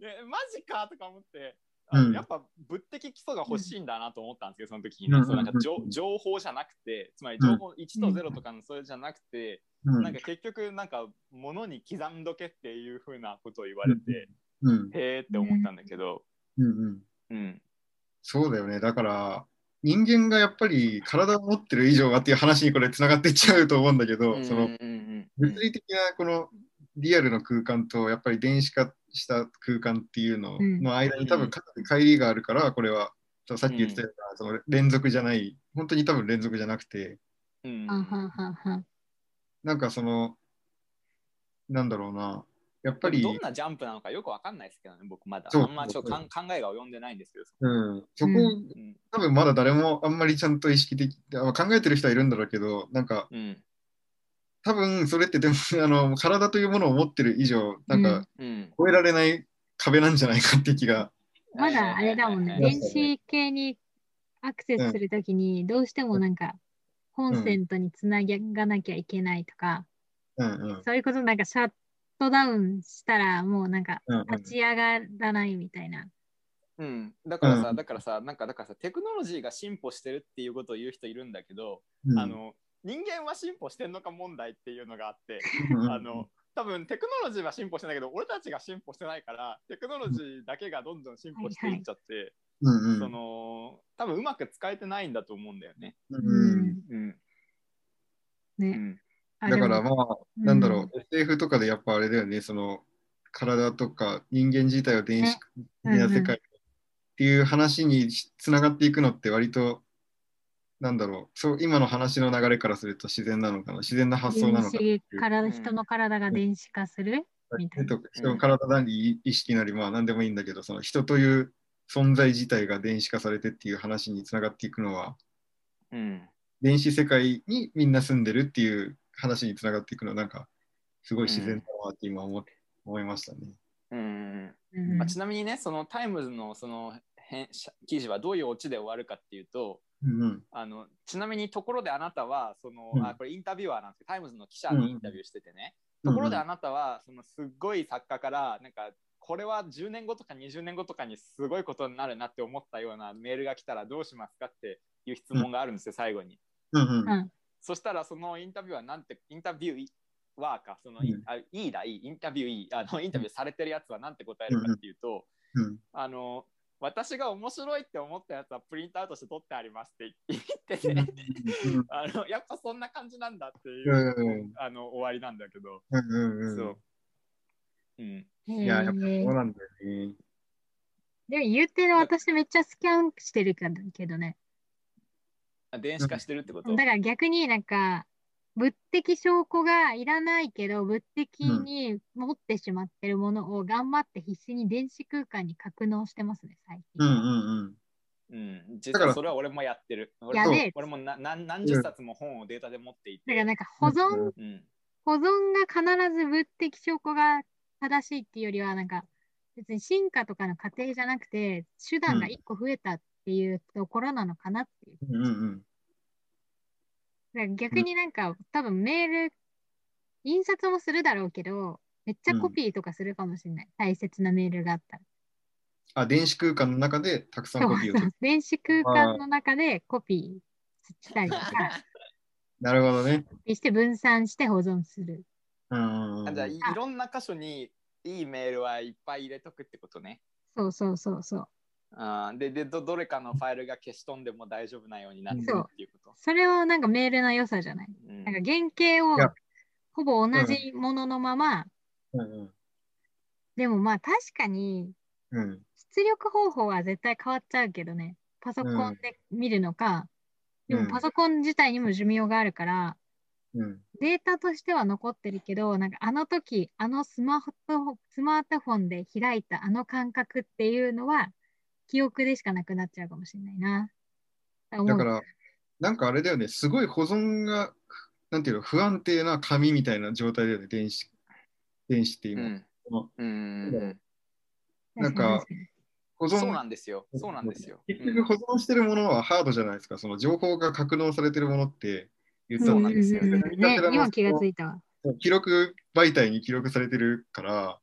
B: えマジかとか思って、あの
C: うん
B: やっぱ物的基礎が欲しいんだなと思ったんですけど、その時にね、
C: うん
B: そうなんか情情報じゃなくて、つまり情報1と0とかのそれじゃなくて、
C: うん
B: なんか結局、なんか物に刻んどけっていうふうなことを言われて、
C: うん
B: へーって思ったんだけど、
C: うんうん
B: うん、
C: そうだよね。だから人間がやっぱり体を持ってる以上はっていう話にこれつながっていっちゃうと思うんだけど、その
B: うんうんうん
C: 物理的なこのリアルの空間とやっぱり電子化した空間っていうの
A: うん
C: の間に多
B: う
C: 分
B: ん
C: かなり乖離があるからこれはそうさっき言ってたようなその連続じゃない本当に多分連続じゃなくて
B: うん
A: はんはんはんはん
C: なんかそのなんだろうなやっぱり
B: どんなジャンプなのかよくわかんないですけどね、僕まだ。
C: そう
B: あんまちょっとかん考えが及んでないんですけど、
C: うんそこ
A: うん
B: うん
C: 多分まだ誰もあんまりちゃんと意識的あ考えてる人はいるんだろうけどなんか
B: うん
C: 多分それってでも あの体というものを持ってる以上なん
A: うん
C: か
B: うん、
C: 超えられない壁なんじゃないかって気が。
A: まだあれだもんね。
C: はいはいはい
A: 電子系にアクセスするときに、どうしてもなんか、コンセントにつながなきゃいけないとか、
C: うんうん
A: そういうことなんかシャットダウンしたら、もうなんか
C: うんうん
A: 立ち上がらないみたいな。
B: うん、だからさ、
C: うん
B: だからさ、なんかだからさ、テクノロジーが進歩してるっていうことを言う人いるんだけど、
C: うん
B: あの人間は進歩してんのか問題っていうのがあって、
C: うんうん
B: あの
D: 多分テクノロジーは進歩してないけど俺たちが進歩してないからテクノロジーだけがどんどん進歩していっちゃって、
C: うんう
D: そ
C: ん。
D: の多分うまく使えてないんだと思うんだよね。
C: うん
D: うんう
A: ね。
D: ん
A: あ
C: だから
A: で
C: ま
A: も
C: あ、なんだろう、SF とかでやっぱあれだよね、その体とか人間自体を電子的な世界っていう話につながっていくのって割と、なんだろう、そう今の話の流れからすると自然なのかな、自然な発想なの
A: 電
C: か
A: 子から
B: うん
A: 人の体が電子化するみた
C: な。
A: いな。
C: と人の体なり意識なり、まあ何でもいいんだけど、その人という存在自体が電子化されてっていう話につながっていくのは、
B: うん。
C: 電子世界にみんな住んでるっていう話につながっていくのはなんかすごい自然だなって今思,、思いましたね。
B: うん。
A: うん
B: まあ、ちなみにね、そのタイムズのその編記事はどういうオチで終わるかっていうと、
C: うんうん
B: あのちなみにところであなたはその、
C: うん
B: あこれインタビュアーなんですけどタイムズの記者にインタビューしててね、ところであなたはそのすっごい作家からなんかこれは10年後とか20年後とかにすごいことになるなって思ったようなメールが来たらどうしますかっていう質問があるんですよ最後に。
C: うんうん
A: うん
B: そしたらそのインタビュアーなんてインタビューワーかそのい、
C: うん
B: あいいだいいインタビューいいあのインタビューされてるやつはなんて答えるかっていうと、
C: うん
B: あの私が面白いって思ったやつはプリントアウトして取ってありますって言ってね、
C: うん
B: あのやっぱそんな感じなんだっていうう、
C: んうん
B: あの終わりなんだけど、
C: うんうん
B: そう、うん、
C: いややっぱ
A: へえ
C: そうなんだよね。
A: でも言うてる私めっちゃスキャンしてるけどね。
B: あ電子化してるってこと、
A: だから逆になんか物的証拠がいらないけど物的に持ってしまってるものを頑張って必死に電子空間に格納してますね最
C: うんう
A: 近。
B: う
C: ん
B: ん、
C: だ
B: 実
C: から
B: はそれは俺もやってる俺
A: や
B: も
A: べえ
B: 俺もな何何十冊も本をデータで持ってい
A: だから
B: て、
A: なんか保存、
C: うん
B: うん
A: 保存が必ず物的証拠が正しいっていうよりはなんか別に進化とかの過程じゃなくて手段が一個増えたっていうところなのかなっていう。
C: うんうん
A: だから逆になんか、多分メール印刷もするだろうけどめっちゃコピーとかするかもしれない、大切なメールがあったら。
C: あ電子空間の中でたくさんコ
A: そ
C: ピーを
A: う
C: 取
A: そう
C: る。
A: 電子空間の中でコピーしたりとか
C: なるほどね。
A: コピー して分散して保存する。
C: うんうんう
B: あ
C: ん
B: じゃあいいろんな箇所にいいメールはいっぱい入れとくってことね
A: そうそうそうそう。
B: あーででどどれかのファイルが消し飛んでも大丈夫なようになってるっていうこと、
A: それをなんかメールの良さじゃない。
B: うん
A: なんか原型
C: いや
A: をほぼ同じもののまま、
C: うんうん
A: でもまあ確かに
C: うん
A: 出力方法は絶対変わっちゃうけどね。パソコンで見るのか、
C: う
A: で
C: ん
A: もパソコン自体にも寿命があるから、
C: うん
A: データとしては残ってるけど、なんかあの時、あのスマホとスマートフォンで開いたあの感覚っていうのは、記憶でしかなくなっちゃうかもしれないな。
C: だ
A: だ
C: から、なんかあれだよね、すごい保存が、なんていうの、不安定な紙みたいな状態だよね、電子、電子って
B: う
C: 今。
B: ん
C: こ
B: うんうんうん
C: なんか保存
B: そうなんですよ。そうなんですよ。
C: 結局保存してるものはハードじゃないですか、その情報が格納されてるものって言った
B: そ
C: ら
B: うなんですよ
A: ね
C: 見たてだな
A: 今気がついたわ。
C: 記録媒体に記録されてるから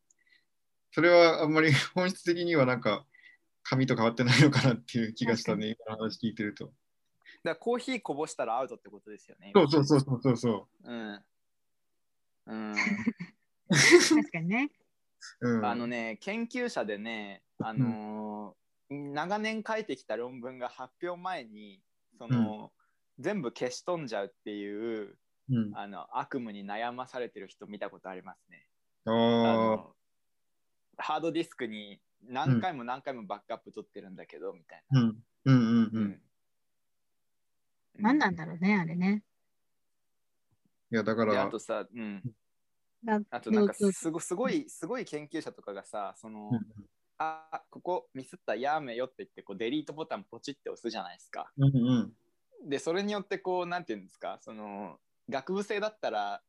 C: それはあんまり 本質的にはなんか紙と変わってないのかなっていう気がしたね今の話聞いてると
B: だからコーヒーこぼしたらアウトってことですよね。。
C: そうそうそうそうそうそ
B: う
C: う
B: ん。うん、
A: 確かにね。
C: う、うん、
B: あのね、研究者でね、あのー長年書いてきた論文が発表前に、その、全部消し飛んじゃうっていう
C: うん、
B: あの悪夢に悩まされてる人見たことありますね。あ
C: あ
B: のハードディスクに何回も何回もバックアップ取ってるんだけど、みたい
C: ーうんうんうんう
B: な。
C: ん
B: う
A: 何なんだろうね、あれね。
C: いやだか
B: であ
C: ら
B: とさ、うん、
A: だ
B: あとなんか
A: どうぞ
B: すごすごいすごい研究者とかがさその、
C: う
B: あここミスったやめよって言ってこうデリートボタンポチって押すじゃないですか。
C: んうんうん
B: でそれによってこうなんていうんですかその学部生だったら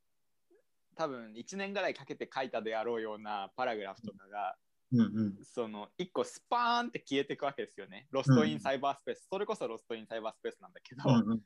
B: 多分1年ぐらいかけて書いたであろうようなパラグラフとかが、
C: うんうん
B: その1個スパーンって消えていくわけですよね。ロストインサイバースペース、それこそロストインサイバースペースなんだけど、
C: うんうん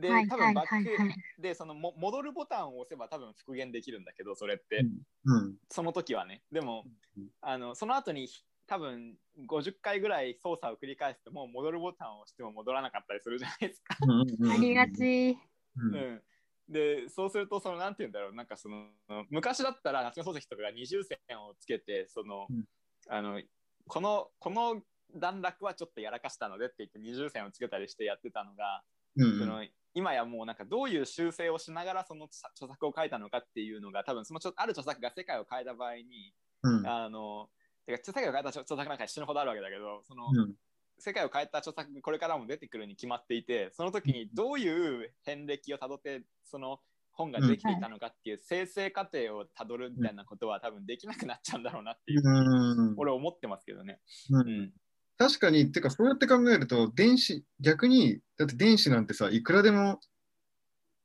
B: で
A: はい
B: 多分バック、
A: はいはいはい
B: でそのも戻るボタンを押せば多分復元できるんだけどそれって。
C: うん
B: その時はね。でも
C: うん、
B: あのその後に多分50回ぐらい操作を繰り返しても戻るボタンを押しても戻らなかったりするじゃないですか。
C: うんうんうん
A: ありがち。
C: うん
B: うん
D: でそうするとそのなんて言うんだろうなんかその昔だったら夏目漱石とかが二重線をつけてその、
C: うん
D: あのこのこの段落はちょっとやらかしたのでって言って二重線をつけたりしてやってたのが、
C: うん
D: その今やもうなんかどういう修正をしながらその著著作を書いたのかっていうのが多分その著ある著作が世界を変えた場合に
C: うんうん
D: あのてか著作を変えた著著作なんか死ぬほどあるわけだけどその、
C: うん
D: 世界を変えた著作がこれからも出てくるに決まっていてその時にどういう遍歴をたどってその本ができていたのかっていう生成過程をたどるみたいなことは多分できなくなっちゃうんだろうなっていう、
C: うん
D: 俺思ってますけどね。
C: うん
D: うん
C: 確かに、てかそうやって考えると、電子、逆に、だって電子なんてさ、いくらでも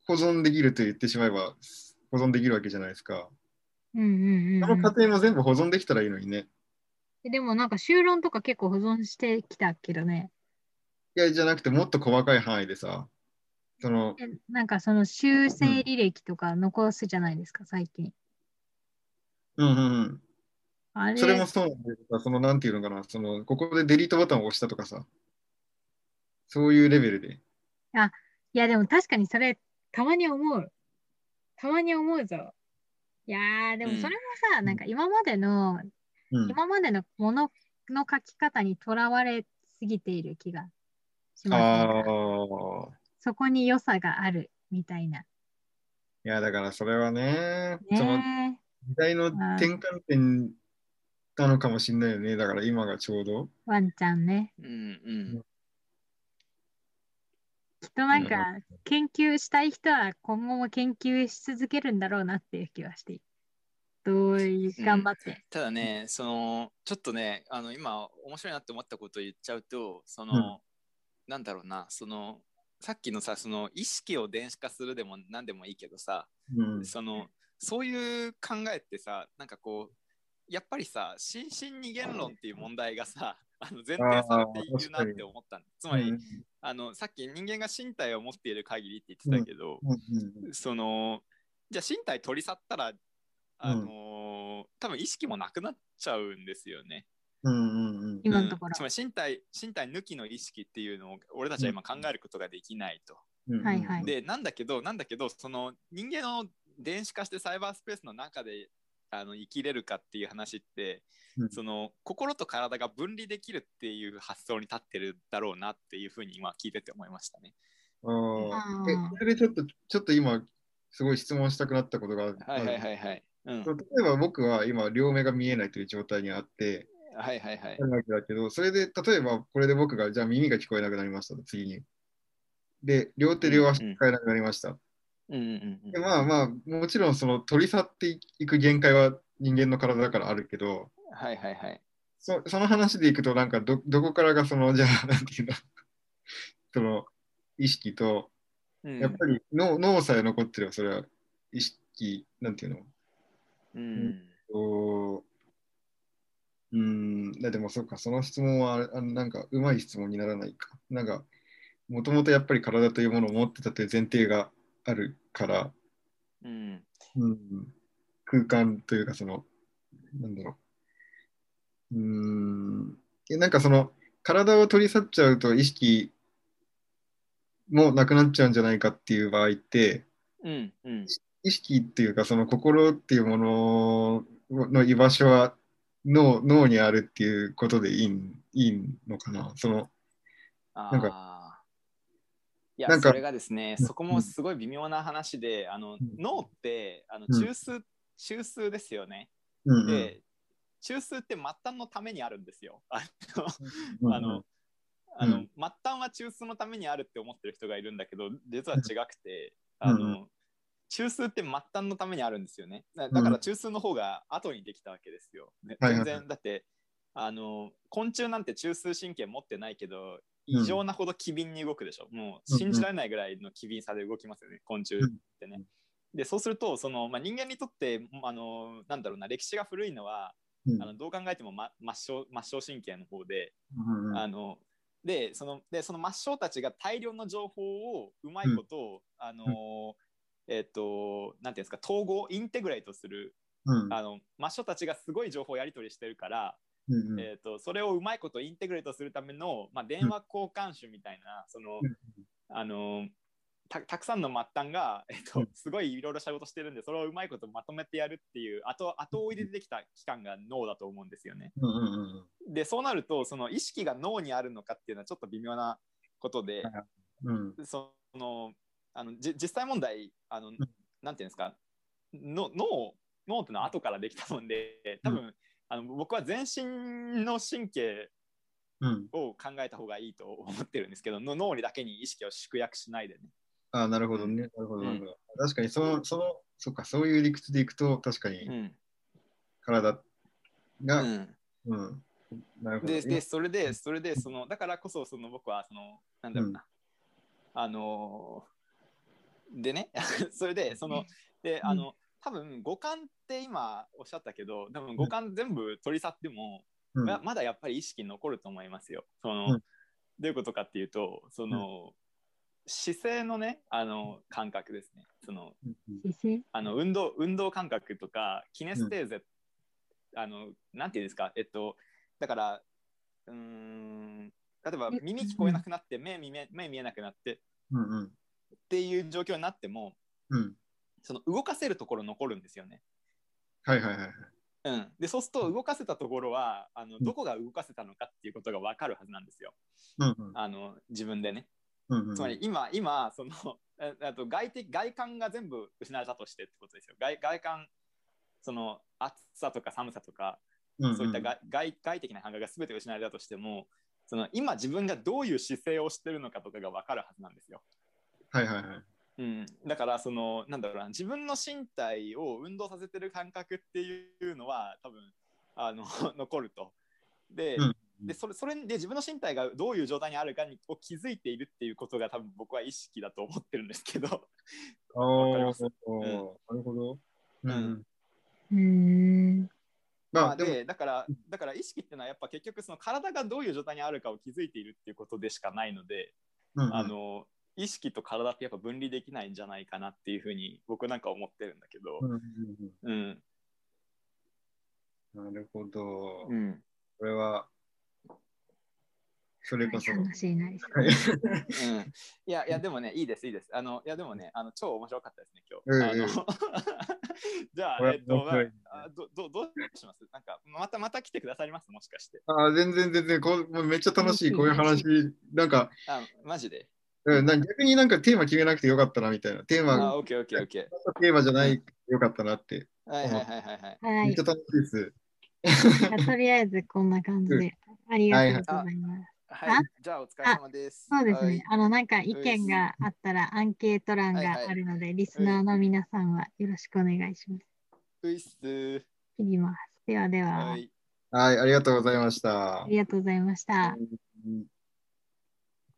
C: 保存できると言ってしまえば、保存できるわけじゃないですか。
A: うんうん
C: そ
A: うんう
C: の
A: ん
C: 過程も全部保存できたらいいのにね。
A: えでもなんか修論とか結構保存してきたけどね。
C: いや、じゃなくてもっと細かい範囲でさ、その、
A: えなんかその修正履歴とか残すじゃないですか、最近。
C: うんうんうん。
A: あれ
C: それもそうなんだけどさ、そのなんていうのかな、その、ここでデリートボタンを押したとかさ、そういうレベルで。
A: いやでも確かにそれたまに思う。たまに思うぞ。いやーでもそれもさ、
C: うん
A: なんか今までの、
C: うん。
A: 今までのものの書き方にとらわれすぎている気がします、
C: ああ。
A: そこに良さがあるみたいな。
C: いや、だからそれはね、その
A: ね
C: 時代の転換点なのかもしれないよね。だから今がちょうど。
A: ーワンちゃんね。
B: うんうん。
A: きっとなんか研究したい人は今後も研究し続けるんだろうなっていう気がしている。どういう
B: うん
A: 頑張って。
B: ただね、そのちょっとね、あの今面白いなって思ったことを言っちゃうと、その、
C: うん
B: なんだろうな、そのさっきのさ、その意識を電子化するでも何でもいいけどさ、
C: うん。
B: そのそういう考えってさなんかこうやっぱりさ心身に言論っていう問題がさ あの前提されているなって思ったのつまり、
C: うん
B: あのさっき人間が身体を持っている限りって言ってたけど、
C: うんうん
B: そのじゃあ身体取り去ったらあのー多分意識もなくなっちゃうんですよね。
C: うんうんうん
A: 今のとこ
B: うん
A: ろ
B: つ。まり身体身体抜きの意識っていうのを俺たちは今考えることができないと。
C: うん
A: はいはい
B: でなんだけどなんだけどその人間の電子化してサイバースペースの中であの生きれるかっていう話って、
C: うん
B: その心と体が分離できるっていう発想に立ってるだろうなっていうふうに今聞いてて思いましたね。
C: あ
A: あ
C: ーえ
A: ー
C: それでちょっと、ちょっと今、すごい質問したくなったことがある。
B: はいはいはいはい。うん、
C: 例えば僕は今、両目が見えないという状態にあって、
B: はいはいはい
C: あ。るわけだけど、それで、例えばこれで僕が、じゃあ耳が聞こえなくなりましたと、次に。で、両手両足使えなくなりました。
B: うんうんうん
C: でまあまあ、もちろんその取り去っていく限界は人間の体だからあるけど、
B: はいはいはい。
C: そその話でいくと、なんかど、どこからがその、じゃあ、 なんていうの、その意識と、
B: うん
C: やっぱり脳,、脳さえ残ってれば、それは意識、なんていうの、
B: うん
C: おうーん、だでもそうか、その質問はあれ、あのなんか、うまい質問にならないか。なんか、もともとやっぱり体というものを持ってたという前提があるから、
B: うん
C: うん、空間というか、その、なんだろう。うーん、えなんかその、体を取り去っちゃうと意識もなくなっちゃうんじゃないかっていう場合って、
B: うんうん
C: 意識っていうかその心っていうものの居場所は脳脳にあるっていうことでいいんいいのかなそのなんか
B: ああ。い
C: な
B: や、
C: んか
B: それがですね、
C: うん
B: そこもすごい微妙な話で、あの
C: ん
B: 脳ってあの
C: うん
B: 中枢、中枢ですよね。
C: うんうん
B: で、中枢って末端のためにあるんですよ。あの
C: うん
B: あのあ
C: う
B: の末
C: ん
B: 端は中枢のためにあるって思ってる人がいるんだけど実は違くて、
C: うん
B: あ
C: う
B: の中枢って末端のためにあるんですよねだだか
C: う
B: ら
C: ん
B: 中枢の方が後にできたわけですよ、ね
C: はいはい
B: 全然だってあの昆虫なんて中枢神経持ってないけど異常なほど機敏に動くでしょ、もう信じられないぐらいの機敏さで動きますよね昆虫ってね、でそうするとその、まあ、人間にとってあのなんだろうな歴史が古いのは
C: うん
B: あのどう考えても、ま、末梢末梢神経の方で、
C: うんうん
B: あのでそのでその末梢たちが大量の情報をうまいことを、あのーえっ、となんていうんですか統合インテグレートする
C: うん
B: あの末梢たちがすごい情報をやり取りしてるから、
C: うんうん
B: えっとそれをうまいことインテグレートするための、まあ、電話交換手みたいなその、
C: うん
B: あのーたたくさんの末端が、えっと、すごいいろいろ仕事してるんでそれをうまいことまとめてやるっていう後後追いで出てきた期間が脳だと思うんですよね。
C: うんうんうん
B: でそうなるとその意識が脳にあるのかっていうのはちょっと微妙なことで
C: うん
B: そのあのじ実際問題あのなんていうんですかの脳脳ってのは後からできたもんで多分、あの僕は全身の神経
C: うん
B: を考えた方がいいと思ってるんですけどの脳にだけに意識を縮約しないでね。
C: あなるほどね。なるほど、
B: うん
C: なるほど。確かにその、その、そっか、そういう理屈でいくと、確か
B: う
C: に
B: ん
C: 体
B: う
C: が、うん、
B: ん
C: なるほど、
B: で
C: ね。
B: でそれでそれでそのだからこそその僕はそのなんだろうな、あのーでね それでそのであの多分五感って今おっしゃったけど多分五感全部取り去っても、
C: うん
B: ままだやっぱり意識残ると思いますよ。その
C: うん
B: どういうことかっていうとその、姿勢のねあの感覚ですね。その
C: うん
A: 姿勢
B: あの運動運動感覚とかキネステーゼ、あのなんていうんですかえっとだからうーん例えば
A: え
B: 耳聞こえなくなって目見え目見えなくなってっ
C: うんうん
B: ていう状況になっても
C: うん。
B: その動かせるところ残るんですよね。
C: はいはいはいはい。
B: うん、でそうすると動かせたところはあの
C: ん
B: どこが動かせたのかっていうことが分かるはずなんですよ
C: うんうん
B: あの自分でね。
C: うんうん。
B: つまり今、今そのえあと外的外観が全部失われたとしてってことですよ。外外観その暑さとか寒さとか
C: うんん
B: そういった外外外的な感覚が全て失われたとしてもその今自分がどういう姿勢をしてるのかとかが分かるはずなんですよ。
C: はいはいはい。
B: うん、だからそのなんだろうな自分の身体を運動させてる感覚っていうのは多分あの 残ると。で,、
C: うん
B: でそれそれで自分の身体がどういう状態にあるかにを気づいているっていうことが多分僕は意識だと思ってるんですけど。
C: あ
B: わかり
C: あ、
B: ます
C: おーなるほど。うん
B: うん
A: うーん
B: ま
C: まあ、
B: あ、
C: でも、
B: でだからだから意識っていうのはやっぱ結局その体がどういう状態にあるかを気づいているっていうことでしかないので。
C: うんうん
B: あの意識と体ってやっぱ分離できないんじゃないかなっていうふうに僕なんか思ってるんだけど
C: う、んうん
B: うん
C: うんなるほど。
B: うん
C: これは、それこそ。
A: 話になりそう。
B: いやいやでもねいいですいいですあのいやでもねあの超面白かったですね
C: うん
B: 今日、あの じゃあ
C: これ
B: えっと、
C: 面白いね
B: まああどどどうしますなんかまたまた来てくださりますもしかして
C: ああ、全然全然こう、もうめっちゃ楽しい、こういう話。なんか、
B: あマジで
C: うん、なんか逆になんかテーマ決めなくてよかったなみたいな。テーマ、
B: あオッケーオッケーオッケ
C: テーマじゃないよかったなって。
B: ーはいはいはいはいはい
A: は
C: めっ
A: い
C: ちゃ。楽しいです。
A: じゃあとりあえずこんな感じで。ありがとうございます。
B: はいじゃあお疲れ様です
A: そうです
B: はい
A: ね。あの、なんか意見があったらアンケート欄
B: はいは
A: が
B: い
A: あるので、リスナーの皆さんはよろしくお願いします。
B: ういっす
A: 切ります。ではでは、
B: はい
C: はい、ありがとうございました
A: あ。りがとうございました。
C: うん